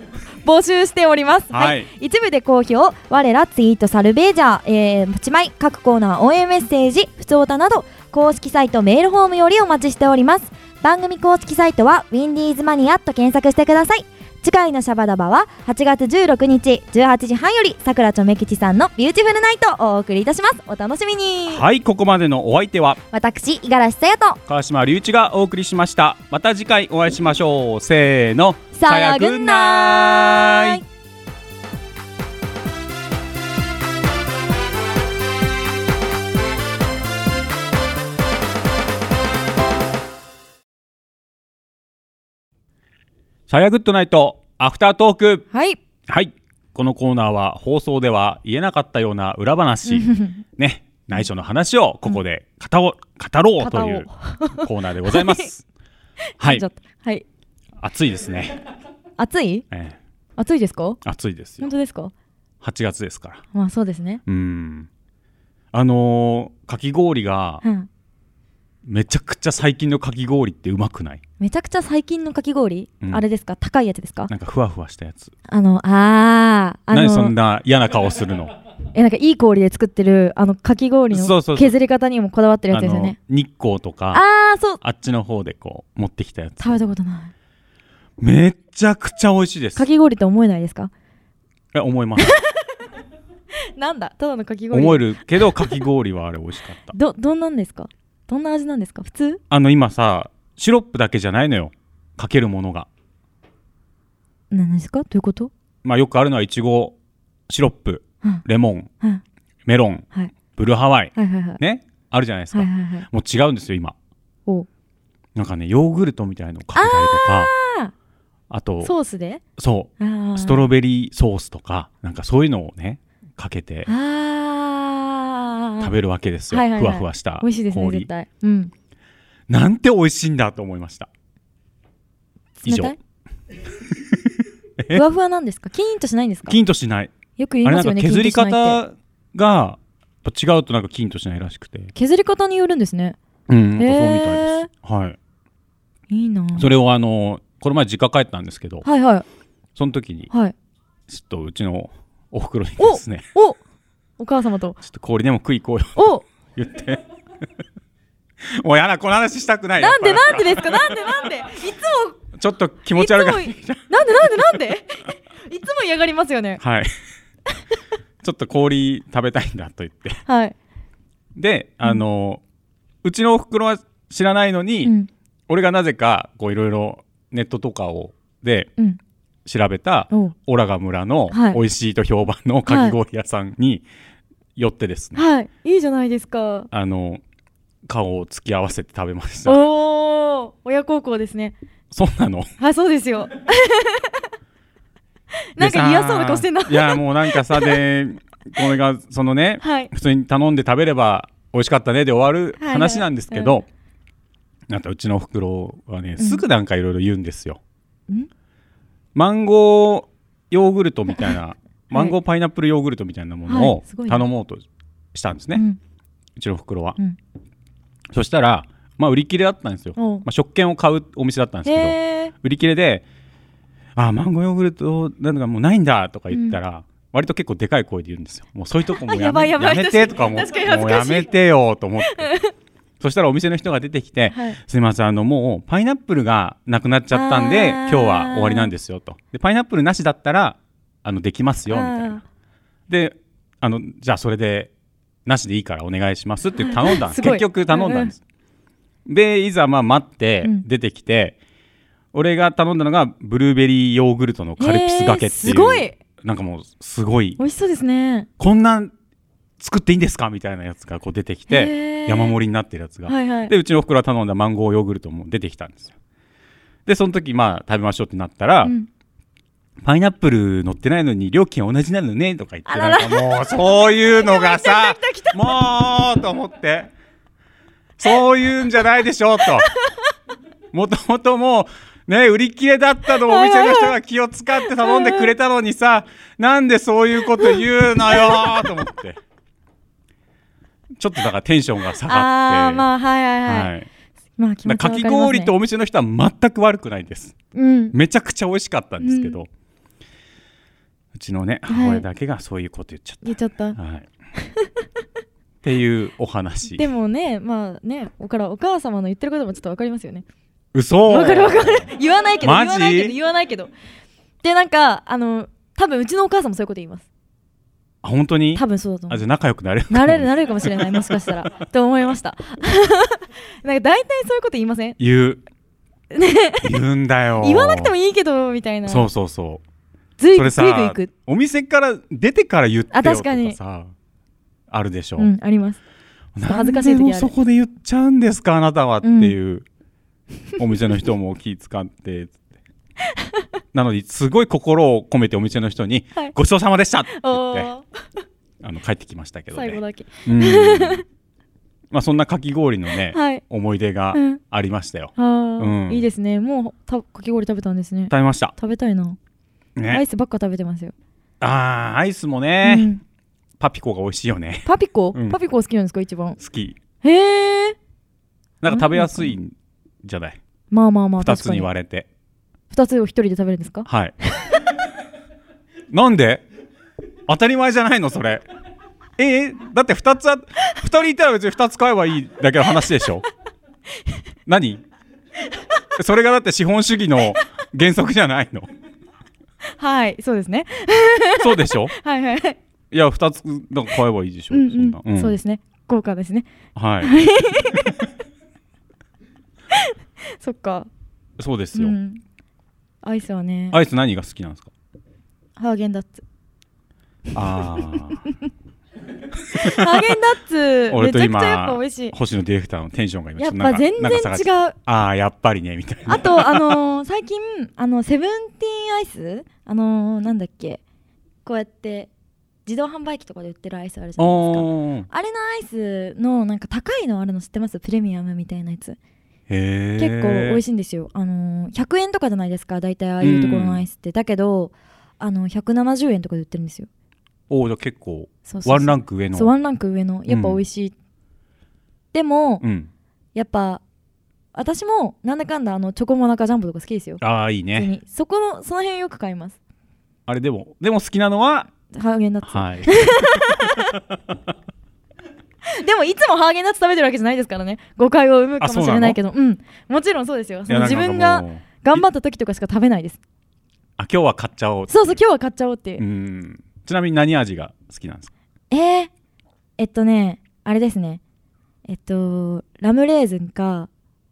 [SPEAKER 1] 募集しております
[SPEAKER 2] りをはい
[SPEAKER 7] 一部で好評我らツイートサルベージャー、えー、持ち前各コーナー応援メッセージ不調歌など公式サイトメールフォームよりお待ちしております番組公式サイトはウィンディーズマニアと検索してください次回のシャバダバは8月16日18時半よりさくらちょめきちさんのビューティフルナイトをお送りいたしますお楽しみに
[SPEAKER 2] はいここまでのお相手は
[SPEAKER 7] 私五十嵐さやと
[SPEAKER 2] 川島隆一がお送りしましたまた次回お会いしましょうせーの
[SPEAKER 7] さやぐんなーい
[SPEAKER 2] さやグッドナイトアフタートーク
[SPEAKER 1] はい
[SPEAKER 2] はいこのコーナーは放送では言えなかったような裏 話ね内緒の話をここで語お語ろうというコーナーでございます。 は
[SPEAKER 1] はい
[SPEAKER 2] い、
[SPEAKER 1] はい
[SPEAKER 2] 暑いですね。
[SPEAKER 1] 暑い
[SPEAKER 2] ええ
[SPEAKER 1] 暑いですか
[SPEAKER 2] 暑いですよ
[SPEAKER 1] 本。当ですか
[SPEAKER 2] 8月ですから。
[SPEAKER 1] まあそうですね
[SPEAKER 2] うん。あのーかき氷が
[SPEAKER 1] うん
[SPEAKER 2] めちゃくちゃ最近のかき氷ってうまくない
[SPEAKER 1] めちゃくちゃ最近のかき氷、
[SPEAKER 2] うん
[SPEAKER 1] あれですか高いやつですか
[SPEAKER 2] なんかふわふわしたやつ。
[SPEAKER 1] あのあーあ
[SPEAKER 2] 何そん
[SPEAKER 1] の
[SPEAKER 2] な嫌な顔 するのあ
[SPEAKER 1] えなんかいい氷で作ってるあのかき氷
[SPEAKER 2] そう
[SPEAKER 1] の
[SPEAKER 2] そうそう
[SPEAKER 1] 削り方にもこだわってるやつですよ
[SPEAKER 2] の
[SPEAKER 1] ね
[SPEAKER 2] 日光とか
[SPEAKER 1] あーそう
[SPEAKER 2] あっちの方でこう持ってきたやつ。
[SPEAKER 1] 食べたことな
[SPEAKER 2] めちゃくちゃ美味しいで
[SPEAKER 1] い
[SPEAKER 2] す
[SPEAKER 1] か。き氷って思えないですか
[SPEAKER 2] え思い ます。
[SPEAKER 1] なんだただのかき氷
[SPEAKER 2] 思えるけどかき氷はあれ美味しかった。
[SPEAKER 1] どどんなんですかどんな味なんですか普通
[SPEAKER 2] あの今さシロップだけじゃないのよかけるものが
[SPEAKER 1] なんですかどういうこと
[SPEAKER 2] まあよくあるのはいちごシロップ
[SPEAKER 1] うん
[SPEAKER 2] レモン
[SPEAKER 1] うん
[SPEAKER 2] メロン
[SPEAKER 1] はい
[SPEAKER 2] ブルーハワイ
[SPEAKER 1] はいはいはい
[SPEAKER 2] ねあるじゃないですか、
[SPEAKER 1] はいはいはい
[SPEAKER 2] もう違うんですよ今
[SPEAKER 1] お
[SPEAKER 2] なんかねヨーグルトみたいのかけたりとかあ
[SPEAKER 1] あ
[SPEAKER 2] と
[SPEAKER 1] ソースで
[SPEAKER 2] そ
[SPEAKER 1] あー
[SPEAKER 2] うストロベリーソースとかなんかそういうのをねかけて
[SPEAKER 1] あー
[SPEAKER 2] 食べるわけですよ、
[SPEAKER 1] はいはいはい
[SPEAKER 2] ふわふわした
[SPEAKER 1] 美味しいですね
[SPEAKER 2] 氷
[SPEAKER 1] 絶対うん
[SPEAKER 2] なんて美味しいんだと思いました以
[SPEAKER 1] 冷
[SPEAKER 2] 上
[SPEAKER 1] たい ふわふわなんですかキーンとしないんですか
[SPEAKER 2] キンとしない
[SPEAKER 1] よく言い
[SPEAKER 2] あれ
[SPEAKER 1] ま
[SPEAKER 2] なん
[SPEAKER 1] すよね
[SPEAKER 2] か削り
[SPEAKER 1] キーンとしないって
[SPEAKER 2] 方がやっぱ違うとなんかキンとしないらしくて
[SPEAKER 1] 削り方によるんですね
[SPEAKER 2] うん、なんかそうみたいです。はい。
[SPEAKER 1] いいなぁ
[SPEAKER 2] それをあの、この前実家帰ったんですけど、
[SPEAKER 1] はいはい
[SPEAKER 2] その時に、
[SPEAKER 1] はい
[SPEAKER 2] ちょっとうちのお袋にですね、
[SPEAKER 1] おお母様と
[SPEAKER 2] ちょっと氷でも食い行こうよ
[SPEAKER 1] お
[SPEAKER 2] 言って、 もうやだ、この話したくない。
[SPEAKER 1] なんで
[SPEAKER 2] やっ
[SPEAKER 1] なんでですかなんでなんでいつも
[SPEAKER 2] ぱりちょっと気持ち悪かっ
[SPEAKER 1] いつもなんでなんでなんで いつも嫌がりますよね
[SPEAKER 2] た。はい。ちょっと氷食べたいんだと言って。
[SPEAKER 1] はい、
[SPEAKER 2] で、あの、うちのお袋は知らないのに、
[SPEAKER 1] うん
[SPEAKER 2] 俺がなぜか、こういろいろネットとかを、で、
[SPEAKER 1] うん
[SPEAKER 2] 調べた、
[SPEAKER 1] お
[SPEAKER 2] オラが村の
[SPEAKER 1] はい
[SPEAKER 2] 美味しいと評判のかき氷屋さんに寄ってですね、
[SPEAKER 1] はいいいじゃないですか
[SPEAKER 2] あの顔を突き合わせて食べました
[SPEAKER 1] おお親孝行ですね
[SPEAKER 2] そんなの
[SPEAKER 1] はいそうです よなんか嫌そうな顔してんな
[SPEAKER 2] でさいやもうなんかさでこれがそのね
[SPEAKER 1] はい
[SPEAKER 2] 普通に頼んで食べれば美味しかったねで終わる
[SPEAKER 1] はい
[SPEAKER 2] 話なんですけど、なんかうちのおふくろはねすぐなんかいろいろ言うんですよ、
[SPEAKER 1] ん
[SPEAKER 2] マンゴーヨーグルトみたいな、マンゴーパイナップルヨーグルトみたいなもの
[SPEAKER 1] は
[SPEAKER 2] を
[SPEAKER 1] いすごいね
[SPEAKER 2] 頼もうとしたんですね、
[SPEAKER 1] う
[SPEAKER 2] うんちのおふくろは、
[SPEAKER 1] うん
[SPEAKER 2] そしたらまあ売り切れだったんですよ、ま
[SPEAKER 1] おう
[SPEAKER 2] あ、食券を買うお店だったんですけど、
[SPEAKER 1] へー
[SPEAKER 2] 売り切れで「あーマンゴーヨーグルトなんかもうないんだ」とか言ったら、割と結構でかい声で言うんですよもうそういうとこもうや
[SPEAKER 1] やば
[SPEAKER 2] め
[SPEAKER 1] いやばい
[SPEAKER 2] めてとかも
[SPEAKER 1] 確かに恥
[SPEAKER 2] も
[SPEAKER 1] ず
[SPEAKER 2] う
[SPEAKER 1] か
[SPEAKER 2] や
[SPEAKER 1] しい
[SPEAKER 2] めてよと思ってそしたらお店の人が出てきて「
[SPEAKER 1] はい
[SPEAKER 2] すいませんあのもうパイナップルがなくなっちゃったんで
[SPEAKER 1] あー
[SPEAKER 2] 今日は終わりなんですよ」とで「パイナップルなしだったらあのできますよ」みた
[SPEAKER 1] あ
[SPEAKER 2] い
[SPEAKER 1] ー
[SPEAKER 2] なであのじゃあそれでなしでいいからお願いしますって頼んだんですす
[SPEAKER 1] ごい
[SPEAKER 2] 結局頼んだんです、でいざまあ待って
[SPEAKER 1] うん
[SPEAKER 2] 出てきて、俺が頼んだのがブルーベリーヨーグルトのカルピスがけって
[SPEAKER 1] え
[SPEAKER 2] いう、
[SPEAKER 1] ーすごい
[SPEAKER 2] なんかもうすごい
[SPEAKER 1] 美味しそうですね
[SPEAKER 2] こんなん作っていいんですかみたいなやつがこう出てき
[SPEAKER 1] へ
[SPEAKER 2] て
[SPEAKER 1] ー
[SPEAKER 2] 山盛りになってるやつが、
[SPEAKER 1] はいはい
[SPEAKER 2] でうちのおふくろが頼んだマンゴーヨーグルトも出てきたんですよでその時まあ食べましょうってなったら、
[SPEAKER 1] うん
[SPEAKER 2] パイナップル乗ってないのに料金同じなのねとか言って
[SPEAKER 1] あら
[SPEAKER 2] な
[SPEAKER 1] ら
[SPEAKER 2] んかもうそういうの がさもうと思ってそういうんじゃないでしょうともともともうね売り切れだったのをお店の人が気を使って頼んでくれたのにさなんでそういうこと言うのよと思ってちょっとだからテンションが下が
[SPEAKER 1] あー
[SPEAKER 2] って
[SPEAKER 1] まあはいはいはい、
[SPEAKER 2] はい
[SPEAKER 1] まあ気持
[SPEAKER 2] だ
[SPEAKER 1] ちはわ
[SPEAKER 2] か
[SPEAKER 1] か
[SPEAKER 2] らか
[SPEAKER 1] り
[SPEAKER 2] き
[SPEAKER 1] ますね
[SPEAKER 2] 氷とお店の人は全く悪くないです
[SPEAKER 1] うん
[SPEAKER 2] めちゃくちゃ美味しかったんですけど、うちのね
[SPEAKER 1] い
[SPEAKER 2] 母親だけがそういうこと言っちゃっ
[SPEAKER 1] 言っちゃった
[SPEAKER 2] た、はいっていうお話
[SPEAKER 1] でもねまあねおからお母様の言ってることもちょっとわかりますよね
[SPEAKER 2] 嘘
[SPEAKER 1] わかるわかる 言わないけど言
[SPEAKER 2] マ
[SPEAKER 1] わ
[SPEAKER 2] ジ
[SPEAKER 1] ないけど言わないけどでなんかあの多分うちのお母さんもそういうこと言います
[SPEAKER 2] あ本当に
[SPEAKER 1] 多分そうだと思
[SPEAKER 2] あ
[SPEAKER 1] う
[SPEAKER 2] じゃあ仲良くなれる
[SPEAKER 1] なれるなれるかもしれないもしかした らと思いました なんか大体そういうこと言いません
[SPEAKER 2] 言う、言うんだよ
[SPEAKER 1] 言わなくてもいいけどみたいな
[SPEAKER 2] そうそうそう
[SPEAKER 1] ずい
[SPEAKER 2] そ
[SPEAKER 1] ぐいぐい
[SPEAKER 2] れ
[SPEAKER 1] 行
[SPEAKER 2] さ
[SPEAKER 1] く
[SPEAKER 2] お店から出てから言ってよ
[SPEAKER 1] あ
[SPEAKER 2] とか
[SPEAKER 1] 確か
[SPEAKER 2] さ
[SPEAKER 1] に
[SPEAKER 2] あるでしょ、
[SPEAKER 1] うんあります
[SPEAKER 2] ち
[SPEAKER 1] ょっと恥ずかしい時ある
[SPEAKER 2] そこで言っちゃうんですかあなたはっていう、お店の人も気使ってつってなのですごい心を込めてお店の人に、
[SPEAKER 1] はい
[SPEAKER 2] ごちそうさまでしたって言
[SPEAKER 1] お
[SPEAKER 2] って
[SPEAKER 1] ー
[SPEAKER 2] あの帰ってきましたけど
[SPEAKER 1] 最後
[SPEAKER 2] ね
[SPEAKER 1] だけ
[SPEAKER 2] うんまあそんなかき氷のね、
[SPEAKER 1] はい
[SPEAKER 2] 思い出が
[SPEAKER 1] うん
[SPEAKER 2] ありましたよ
[SPEAKER 1] あー
[SPEAKER 2] うん
[SPEAKER 1] いいですねもうたかき氷食べたんですね
[SPEAKER 2] 食べました
[SPEAKER 1] 食べたいなアイ
[SPEAKER 2] ね
[SPEAKER 1] スばっか食べてますよ
[SPEAKER 2] あーアイスも
[SPEAKER 1] う
[SPEAKER 2] ね、
[SPEAKER 1] ん
[SPEAKER 2] パピコが美味しいよね
[SPEAKER 1] パピコ
[SPEAKER 2] うん
[SPEAKER 1] パピコ好きなんですか一番
[SPEAKER 2] 好き
[SPEAKER 1] へえ
[SPEAKER 2] なんか食べやすいんじゃない
[SPEAKER 1] まあまあまあ
[SPEAKER 2] 2
[SPEAKER 1] 確
[SPEAKER 2] つ
[SPEAKER 1] か
[SPEAKER 2] に
[SPEAKER 1] に
[SPEAKER 2] 割れて
[SPEAKER 1] 2つを一人で食べるんですか
[SPEAKER 2] はい。 なんで当たり前じゃないのそれ。えーだって2つあ、2人いたら別に2つ買えばいいだけの話で しょ何それがだって資本主義の原則じゃないの
[SPEAKER 1] はいそうですね
[SPEAKER 2] そうでしょ
[SPEAKER 1] はいはいはい
[SPEAKER 2] いや、2つなんか買えばいいでしょ、
[SPEAKER 1] うん
[SPEAKER 2] そんな。。
[SPEAKER 1] うんそうですすね豪華ですね
[SPEAKER 2] はい。
[SPEAKER 1] そっか
[SPEAKER 2] そうです
[SPEAKER 1] う
[SPEAKER 2] よ。
[SPEAKER 1] んアイスはね
[SPEAKER 2] アイス何が好きなんですか
[SPEAKER 1] ハーゲンダッツ
[SPEAKER 2] ああ。
[SPEAKER 1] ハーゲンダッツ
[SPEAKER 2] 俺
[SPEAKER 1] め
[SPEAKER 2] と
[SPEAKER 1] ちゃくちゃやっ
[SPEAKER 2] 今
[SPEAKER 1] ぱ美味しい、
[SPEAKER 2] 星野ディレクターのテンションが今
[SPEAKER 1] や
[SPEAKER 2] ちょ
[SPEAKER 1] っ
[SPEAKER 2] とな
[SPEAKER 1] ぱ
[SPEAKER 2] んか
[SPEAKER 1] 全
[SPEAKER 2] なんか下がっちゃ
[SPEAKER 1] 然違
[SPEAKER 2] う
[SPEAKER 1] う
[SPEAKER 2] ああ、やっぱりね、み たいな。
[SPEAKER 1] あと、あのー最近、あの、セブンティーンアイスあのーなんだっけこうやって、自動販売機とかで売ってるアイスあるじゃないですか。
[SPEAKER 2] おー
[SPEAKER 1] あれのアイスの、なんか高いのあるの知ってますプレミアムみたいなやつ。
[SPEAKER 2] へえ。
[SPEAKER 1] 結構美味しいんですよ。あのー100円とかじゃないですか、大体ああいうところのアイスって。だけど、あの、170円とかで売ってるんですよ。
[SPEAKER 2] おおじゃあ結構
[SPEAKER 1] そうそうそう
[SPEAKER 2] ワンランク上の
[SPEAKER 1] そう、ワンランク上の。やっぱ美味しい。でも、
[SPEAKER 2] うん
[SPEAKER 1] やっぱ、私も、なんだかんだ、あの、チョコモナカジャンボとか好きですよ。
[SPEAKER 2] ああいい
[SPEAKER 1] 普通
[SPEAKER 2] ね
[SPEAKER 1] にそこの、その辺よく買います。
[SPEAKER 2] あれでもでも好きなのは
[SPEAKER 1] ハーゲンダッツ、
[SPEAKER 2] はい
[SPEAKER 1] でもいつもハーゲンダッツ食べてるわけじゃないですからね誤解を生むかもしれないけどうんもちろんそうですよその自分が頑張
[SPEAKER 2] っ
[SPEAKER 1] った時とかしか食べないです
[SPEAKER 2] あ今日は買っちゃおう
[SPEAKER 1] そうそう今日は買っちゃおうっていう
[SPEAKER 2] う、んちなみに何味が好きなんですか
[SPEAKER 1] えー、えっとねあれですねえっとラムレーズンか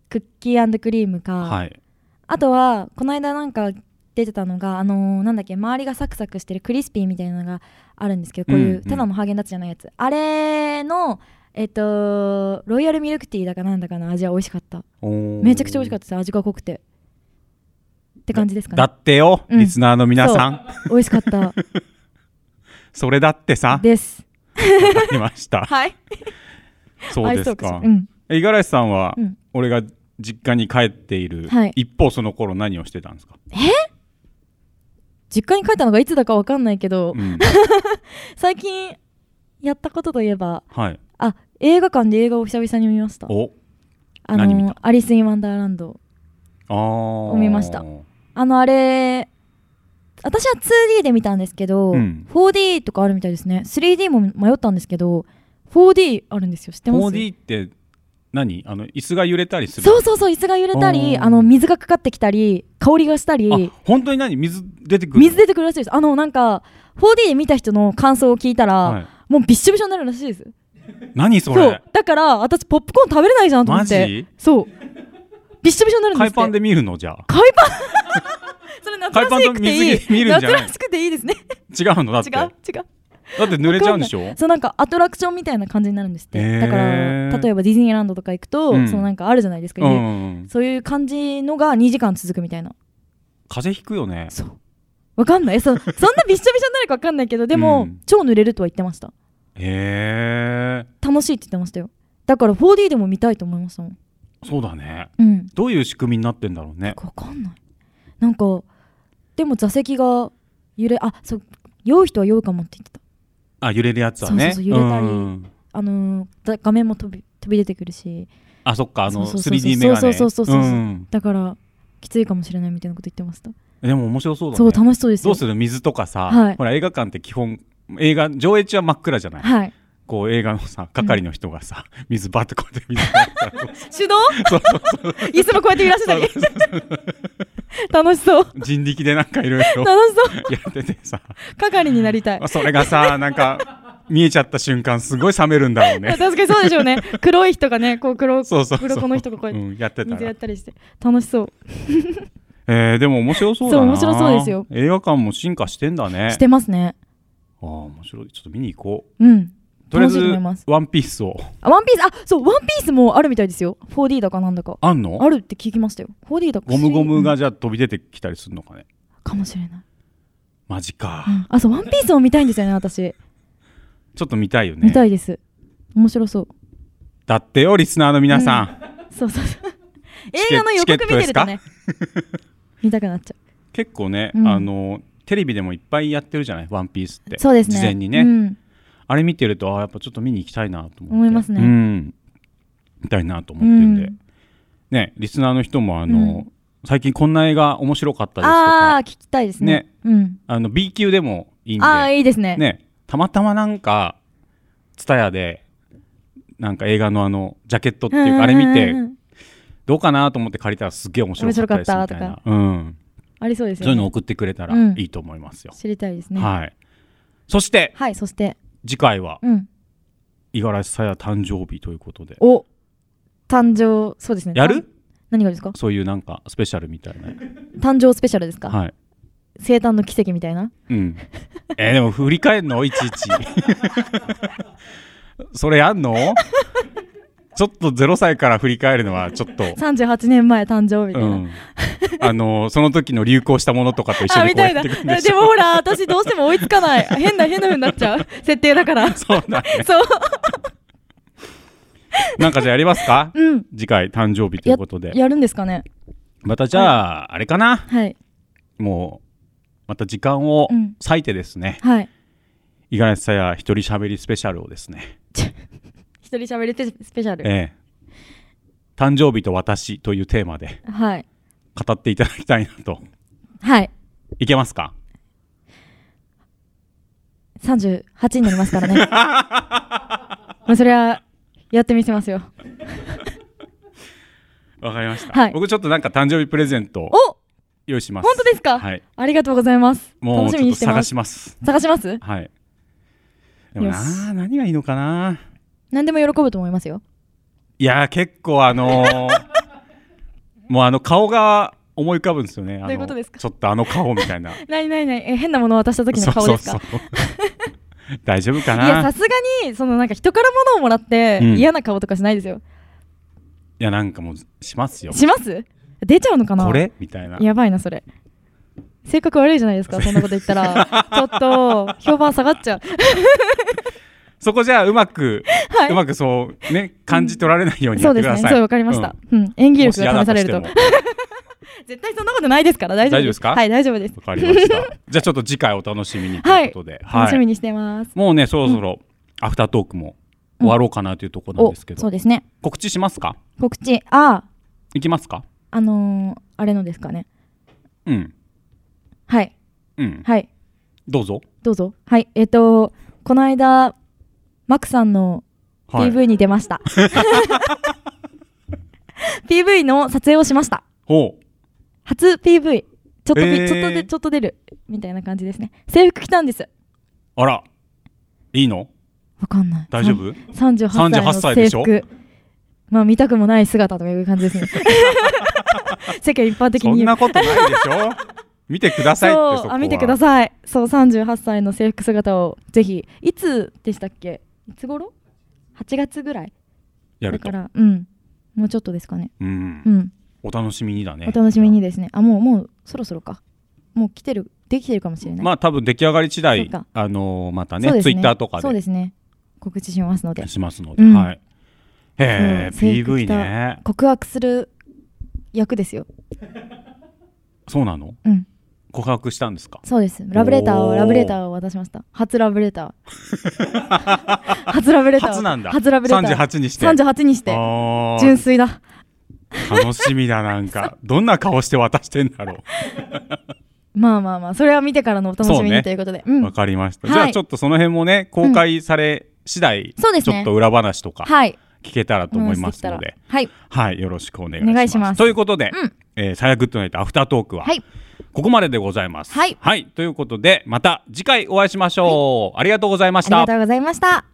[SPEAKER 1] クッキークリームか、
[SPEAKER 2] はい
[SPEAKER 1] あとはこの間なんか出てたのがあのーなんだっけ周りがサクサクしてるクリスピーみたいなのがあるんですけどこういう
[SPEAKER 2] うんうん
[SPEAKER 1] ただのハーゲンダッツじゃないやつ、あれのえっとロイヤルミルクティーだかなんだかの味は美味しかっためちゃくちゃ美味しか
[SPEAKER 2] っ
[SPEAKER 1] ったです味が濃くてって感じですか
[SPEAKER 2] だ
[SPEAKER 1] ね
[SPEAKER 2] ってよ
[SPEAKER 1] うん
[SPEAKER 2] リスナーの皆さん
[SPEAKER 1] 美味しか った
[SPEAKER 2] それだってさ
[SPEAKER 1] です
[SPEAKER 2] わかりました
[SPEAKER 1] はい
[SPEAKER 2] そうです
[SPEAKER 1] 愛想
[SPEAKER 2] か
[SPEAKER 1] 口うん
[SPEAKER 2] え五十嵐さんは、
[SPEAKER 1] うん
[SPEAKER 2] 俺が実家に帰っている、
[SPEAKER 1] はい
[SPEAKER 2] 一方その頃何をしてたんですか、
[SPEAKER 1] 実家に帰ったのがいつだかわかんないけど、
[SPEAKER 2] うん、
[SPEAKER 1] 最近やったことといえば
[SPEAKER 2] はい
[SPEAKER 1] あ映画館で映画を久々に見ました
[SPEAKER 2] お
[SPEAKER 1] あ
[SPEAKER 2] 何見
[SPEAKER 1] の
[SPEAKER 2] た
[SPEAKER 1] アリス・イン・ワンダーランド
[SPEAKER 2] ああ
[SPEAKER 1] 見ましたあのあれ私は 2D で見たんですけど、
[SPEAKER 2] うん
[SPEAKER 1] 4D とかあるみたいですね 3D も迷ったんですけど 4D あるんですよ知ってます
[SPEAKER 2] 4D って何あの椅子が揺れたりする
[SPEAKER 1] そうそうそう椅子が揺れたり
[SPEAKER 2] うん
[SPEAKER 1] あの水がかかってきたり香りがしたり
[SPEAKER 2] あ本当に何水出てくる
[SPEAKER 1] 水出てくるらしいですあのなんか 4D で見た人の感想を聞いたら、
[SPEAKER 2] はい
[SPEAKER 1] もうびっしょびしょになるらしいです
[SPEAKER 2] 何そ
[SPEAKER 1] そう
[SPEAKER 2] れ
[SPEAKER 1] だから私ポップコーン食べれないじゃんと思って
[SPEAKER 2] マジ
[SPEAKER 1] そうびっしょびしょになるんですっ
[SPEAKER 2] 海
[SPEAKER 1] て
[SPEAKER 2] パンで見るのじゃあ
[SPEAKER 1] 海パンそれ夏らしくてい
[SPEAKER 2] 海パンと水着見
[SPEAKER 1] い
[SPEAKER 2] るん
[SPEAKER 1] 夏
[SPEAKER 2] じゃない
[SPEAKER 1] らしくていいですね
[SPEAKER 2] 違うのだっ
[SPEAKER 1] 違
[SPEAKER 2] て
[SPEAKER 1] う
[SPEAKER 2] だって
[SPEAKER 1] 違う
[SPEAKER 2] 濡れちゃうんでしょ
[SPEAKER 1] そうなんかアトラクションみたいな感じになるんですって、
[SPEAKER 2] へー
[SPEAKER 1] だから例えばディズニーランドとか行くと、
[SPEAKER 2] うん
[SPEAKER 1] そのなんかあるじゃないですか、
[SPEAKER 2] うんう
[SPEAKER 1] 家
[SPEAKER 2] んうん
[SPEAKER 1] そういう感じのが2時間続くみたいな
[SPEAKER 2] 風邪ひくよね
[SPEAKER 1] そうわかんないそそんな びっしょびしょになるかわかんないけどでも、
[SPEAKER 2] うん
[SPEAKER 1] 超濡れるとは言ってました
[SPEAKER 2] へえ
[SPEAKER 1] 楽しいって言ってましたよだから 4D でも見たいと思いましたもん
[SPEAKER 2] そうだね
[SPEAKER 1] うん
[SPEAKER 2] どういう仕組みになってんだろうね
[SPEAKER 1] わかんないなんかでも座席が揺れあそう酔う人は酔うかもって言ってた
[SPEAKER 2] あ揺れるやつはね
[SPEAKER 1] そうそうそう揺れたり
[SPEAKER 2] ん
[SPEAKER 1] あのーだ画面も飛び飛び出てくるし
[SPEAKER 2] あそっかあの
[SPEAKER 1] そうそうそうそう
[SPEAKER 2] 3D メガネ
[SPEAKER 1] そうそうそうそうそうんだからきついかもしれないみたいなこと言ってました
[SPEAKER 2] でも面白そうだ
[SPEAKER 1] そう,、
[SPEAKER 2] ね
[SPEAKER 1] 楽しそうです
[SPEAKER 2] ど
[SPEAKER 1] よ
[SPEAKER 2] うする水とかさ、
[SPEAKER 1] はい
[SPEAKER 2] ほら映画館って基本映画上映中は真っ暗じゃない、
[SPEAKER 1] はい
[SPEAKER 2] こう映画のさ係の人がさ、水バッとこうやって水バッと
[SPEAKER 1] 手動
[SPEAKER 2] そうそうそう
[SPEAKER 1] 椅子もこうやって揺らしてたり楽しそう
[SPEAKER 2] 人力でなんかいろいろや
[SPEAKER 1] 楽し そう
[SPEAKER 2] っててさ
[SPEAKER 1] 係になりたい
[SPEAKER 2] それがさなんか見えちゃった瞬間すごい冷めるんだろうね
[SPEAKER 1] 確かにそうでしょうね黒い人がねこう黒
[SPEAKER 2] そうそうそう
[SPEAKER 1] 黒子の人がこうやって
[SPEAKER 2] んやってた
[SPEAKER 1] 水や
[SPEAKER 2] ら
[SPEAKER 1] っ、たりして楽しそう
[SPEAKER 2] えー、でも面白そうだな
[SPEAKER 1] そう面白そうですよ
[SPEAKER 2] 映画館も進化してんだね
[SPEAKER 1] してますね
[SPEAKER 2] ああ面白いちょっと見に行こ
[SPEAKER 1] うん
[SPEAKER 2] うとりあえ
[SPEAKER 1] 楽しいと思いま
[SPEAKER 2] ず
[SPEAKER 1] す
[SPEAKER 2] ワンピースを
[SPEAKER 1] あワンピースあそうワンピースもあるみたいですよ 4D だかなんだか
[SPEAKER 2] あんの
[SPEAKER 1] あるって聞きましたよ 4D だか
[SPEAKER 2] ゴムゴム
[SPEAKER 1] う
[SPEAKER 2] が
[SPEAKER 1] ん
[SPEAKER 2] じゃあ飛び出てきたりするのかね
[SPEAKER 1] かもしれない、
[SPEAKER 2] マジか、
[SPEAKER 1] うん、あそうワンピースも見たいんですよね私
[SPEAKER 2] ちょっと見たいよね
[SPEAKER 1] 見たいです面白そう
[SPEAKER 2] だってよリスナーの皆さん、
[SPEAKER 1] そうそうそう
[SPEAKER 2] チケ
[SPEAKER 1] 映画の予告見てるとね 見たくなっちゃ
[SPEAKER 2] 結構ね、
[SPEAKER 1] うん
[SPEAKER 2] あのテレビでもいっぱいやってるじゃない「ワンピースって
[SPEAKER 1] うそうですね
[SPEAKER 2] 事前にね、
[SPEAKER 1] うん、
[SPEAKER 2] あれ見てるとあやっぱちょっと見に行きたいなと思って
[SPEAKER 1] 思いますね
[SPEAKER 2] うん見たいなと思ってるんで、
[SPEAKER 1] うん
[SPEAKER 2] ねリスナーの人もあの、
[SPEAKER 1] う
[SPEAKER 2] 最近こんな映画面白かったですと
[SPEAKER 1] あ
[SPEAKER 2] か
[SPEAKER 1] あー聞きたいですねうん
[SPEAKER 2] あの B 級でもいいんで
[SPEAKER 1] ああいいですね
[SPEAKER 2] ねたまたまなんか TSUTAYA でなんか映画のあのジャケットっていうかあれ見て
[SPEAKER 1] うんうんうんうん
[SPEAKER 2] どうかなと思って借りたらすっげえ面白かったですみたい
[SPEAKER 1] 面白か
[SPEAKER 2] な
[SPEAKER 1] っ、
[SPEAKER 2] うん、
[SPEAKER 1] ありそうです
[SPEAKER 2] そ
[SPEAKER 1] よ
[SPEAKER 2] う
[SPEAKER 1] ね
[SPEAKER 2] いうの送ってくれたら
[SPEAKER 1] うん
[SPEAKER 2] いいと思いますよ。
[SPEAKER 1] 知りたいですねはい、
[SPEAKER 2] はい、そして
[SPEAKER 1] そして
[SPEAKER 2] 次回は
[SPEAKER 1] うん
[SPEAKER 2] 五十嵐さや誕生日ということで
[SPEAKER 1] お誕生そうですね
[SPEAKER 2] やる
[SPEAKER 1] 何がですか
[SPEAKER 2] そういうなんかスペシャルみたいな、
[SPEAKER 1] 誕生スペシャルですか、
[SPEAKER 2] はい
[SPEAKER 1] 生誕の奇跡みたいな
[SPEAKER 2] うん、 えーでも振り返んのいちいち それやんのちょっと0歳から振り返るのはちょっと、
[SPEAKER 1] 38年前誕生日みた
[SPEAKER 2] う
[SPEAKER 1] いな、
[SPEAKER 2] ん、あのその時の流行したものとかと一緒
[SPEAKER 1] あみ
[SPEAKER 2] にこう
[SPEAKER 1] たい
[SPEAKER 2] や
[SPEAKER 1] な
[SPEAKER 2] ってくるんでし
[SPEAKER 1] で
[SPEAKER 2] ょ
[SPEAKER 1] もほら私どうしても追いつかない変な変な風になっちゃう設定だから
[SPEAKER 2] そうだね
[SPEAKER 1] そう
[SPEAKER 2] なんかじゃあやりますか
[SPEAKER 1] うん
[SPEAKER 2] 次回誕生日ということで
[SPEAKER 1] やるんですかね
[SPEAKER 2] またじゃああれかな
[SPEAKER 1] はい
[SPEAKER 2] もうまた時間を
[SPEAKER 1] うん
[SPEAKER 2] 割いてですね
[SPEAKER 1] はい
[SPEAKER 2] 五十嵐さや一人しゃべりスペシャルをですね
[SPEAKER 1] 一人喋るスペシャル
[SPEAKER 2] ええ、誕生日と私というテーマで
[SPEAKER 1] はい
[SPEAKER 2] 語っていただきたいなと。
[SPEAKER 1] はい
[SPEAKER 2] いけますか
[SPEAKER 1] 38になります からねまあそれはやってみせますよ
[SPEAKER 2] わかりました、
[SPEAKER 1] はい
[SPEAKER 2] 僕ちょっとなんか誕生日プレゼントを
[SPEAKER 1] お
[SPEAKER 2] 用意します。
[SPEAKER 1] 本当ですか、
[SPEAKER 2] はい。
[SPEAKER 1] ありがとうございます楽
[SPEAKER 2] もう
[SPEAKER 1] し
[SPEAKER 2] ち
[SPEAKER 1] み
[SPEAKER 2] ょっ
[SPEAKER 1] に
[SPEAKER 2] と
[SPEAKER 1] してま
[SPEAKER 2] 探
[SPEAKER 1] す
[SPEAKER 2] します。
[SPEAKER 1] 探します
[SPEAKER 2] はい。でも
[SPEAKER 1] よ
[SPEAKER 2] な
[SPEAKER 1] し
[SPEAKER 2] あ、何がいいのかな
[SPEAKER 1] 何でも喜ぶと思いますよ
[SPEAKER 2] いやー、結構あのー もうあの顔が思い浮かぶんですよね。
[SPEAKER 1] ど
[SPEAKER 2] あの
[SPEAKER 1] ういうことですか
[SPEAKER 2] ちょっとあの顔みたいな。
[SPEAKER 1] ないないないえ変なものを渡した時の顔ですか
[SPEAKER 2] そうそうそう 大丈夫かない
[SPEAKER 1] やさすがにそのなんか人から物をもらって、
[SPEAKER 2] うん
[SPEAKER 1] 嫌な顔とかしないですよ
[SPEAKER 2] いや、なんかもうしますよ。
[SPEAKER 1] します出ちゃうのかな
[SPEAKER 2] これみたいな。
[SPEAKER 1] やばいなそれ性格悪いじゃないですかそんなこと言った らちょっと評判下がっちゃう
[SPEAKER 2] そこじゃあうまく
[SPEAKER 1] はいう
[SPEAKER 2] まくそうね感じ取られないようにや
[SPEAKER 1] そう
[SPEAKER 2] って
[SPEAKER 1] で
[SPEAKER 2] く
[SPEAKER 1] すね
[SPEAKER 2] ださい。
[SPEAKER 1] そうわかりました、うん演技力が試されると
[SPEAKER 2] もし嫌だ
[SPEAKER 1] 絶対そんなことないですから大丈夫
[SPEAKER 2] 大丈夫ですか
[SPEAKER 1] はい大丈夫です
[SPEAKER 2] わかりま した。じゃあちょっと次回お楽しみにということで、
[SPEAKER 1] 楽しみにしてます、
[SPEAKER 2] もうねそろそろアフタートークも終わろうかなというところなんですけど、
[SPEAKER 1] そうですね
[SPEAKER 2] 告知しますか？
[SPEAKER 1] 告知ああ
[SPEAKER 2] いきますか？
[SPEAKER 1] あのー、あれのですかね
[SPEAKER 2] うん
[SPEAKER 1] はい
[SPEAKER 2] うん
[SPEAKER 1] はい
[SPEAKER 2] どうぞ。
[SPEAKER 1] どうぞはいえっ、とこの間マクさんの
[SPEAKER 2] はい
[SPEAKER 1] PV に出ました、PV の撮影をしました
[SPEAKER 2] ほう
[SPEAKER 1] 初 PV ちょっとピ、
[SPEAKER 2] えー
[SPEAKER 1] ちょっとでちょっと出るみたいな感じですね制服着たんです
[SPEAKER 2] あらいいの？
[SPEAKER 1] わかんない
[SPEAKER 2] 大丈夫？
[SPEAKER 1] 三十八歳の
[SPEAKER 2] 38歳で
[SPEAKER 1] 制
[SPEAKER 2] しょ
[SPEAKER 1] 服。まあ見たくもない姿とかいう感じです ね。 世間一般的
[SPEAKER 2] そ
[SPEAKER 1] に言
[SPEAKER 2] ん
[SPEAKER 1] う。
[SPEAKER 2] なことないでし ょ。見てくださいってそ
[SPEAKER 1] そ
[SPEAKER 2] こ
[SPEAKER 1] う
[SPEAKER 2] は。
[SPEAKER 1] あ見てください。そう三十八歳の制服姿をぜひいつでしたっけ？いつ頃？八月ぐらい。
[SPEAKER 2] や
[SPEAKER 1] だ
[SPEAKER 2] ると
[SPEAKER 1] か。らうんもうちょっとですかね。
[SPEAKER 2] うん
[SPEAKER 1] う。ん
[SPEAKER 2] お楽しみにだね。
[SPEAKER 1] お楽しみにですね。あもうもうそろそろか。もう来てるできてるかもしれない。
[SPEAKER 2] まあ多分出来上がり
[SPEAKER 1] そ
[SPEAKER 2] 次
[SPEAKER 1] う
[SPEAKER 2] 第
[SPEAKER 1] か
[SPEAKER 2] あのーま
[SPEAKER 1] そ
[SPEAKER 2] た
[SPEAKER 1] う
[SPEAKER 2] ね
[SPEAKER 1] です
[SPEAKER 2] ツイッターとか
[SPEAKER 1] そう
[SPEAKER 2] で
[SPEAKER 1] ですね。告知しますので
[SPEAKER 2] しますので、
[SPEAKER 1] うん
[SPEAKER 2] はい。へえ
[SPEAKER 1] そう制服
[SPEAKER 2] PV
[SPEAKER 1] 着た
[SPEAKER 2] ね。
[SPEAKER 1] 告白する役ですよ。
[SPEAKER 2] そうなの？
[SPEAKER 1] うん。
[SPEAKER 2] 告白したんですか？
[SPEAKER 1] そうです。ラブレター
[SPEAKER 2] お
[SPEAKER 1] を、
[SPEAKER 2] ー
[SPEAKER 1] ラブレターを渡しました。初ラブレタ ー。初ラブレターを。
[SPEAKER 2] 初なんだ。
[SPEAKER 1] 初ラブレター。
[SPEAKER 2] 三十八にして。
[SPEAKER 1] 38にして。
[SPEAKER 2] あー
[SPEAKER 1] 純粋だ。
[SPEAKER 2] 楽しみだな んか。どんな顔して渡してんだろ
[SPEAKER 1] まあまあまあ、それは見てからのお楽し
[SPEAKER 2] そう
[SPEAKER 1] み
[SPEAKER 2] ね
[SPEAKER 1] にということで。う
[SPEAKER 2] う。
[SPEAKER 1] ん
[SPEAKER 2] わかりました。
[SPEAKER 1] はい
[SPEAKER 2] じゃあちょっとその辺もね公開され次第、
[SPEAKER 1] そうです
[SPEAKER 2] ちょっ
[SPEAKER 1] ね
[SPEAKER 2] と。裏話とか
[SPEAKER 1] はい。
[SPEAKER 2] 聞けたらと思いますの
[SPEAKER 1] お話でき
[SPEAKER 2] で、
[SPEAKER 1] たらはい。
[SPEAKER 2] はいよろしくお願い
[SPEAKER 1] お願い
[SPEAKER 2] し
[SPEAKER 1] し
[SPEAKER 2] ま。
[SPEAKER 1] ますす
[SPEAKER 2] ということで
[SPEAKER 1] うん、
[SPEAKER 2] えーサヤグッドナイトアフタートークは
[SPEAKER 1] はい
[SPEAKER 2] ここまででございます。
[SPEAKER 1] はい
[SPEAKER 2] ということでまた次回お会いしましょう。ありがとうございまし
[SPEAKER 1] ありが。
[SPEAKER 2] た
[SPEAKER 1] とうございました。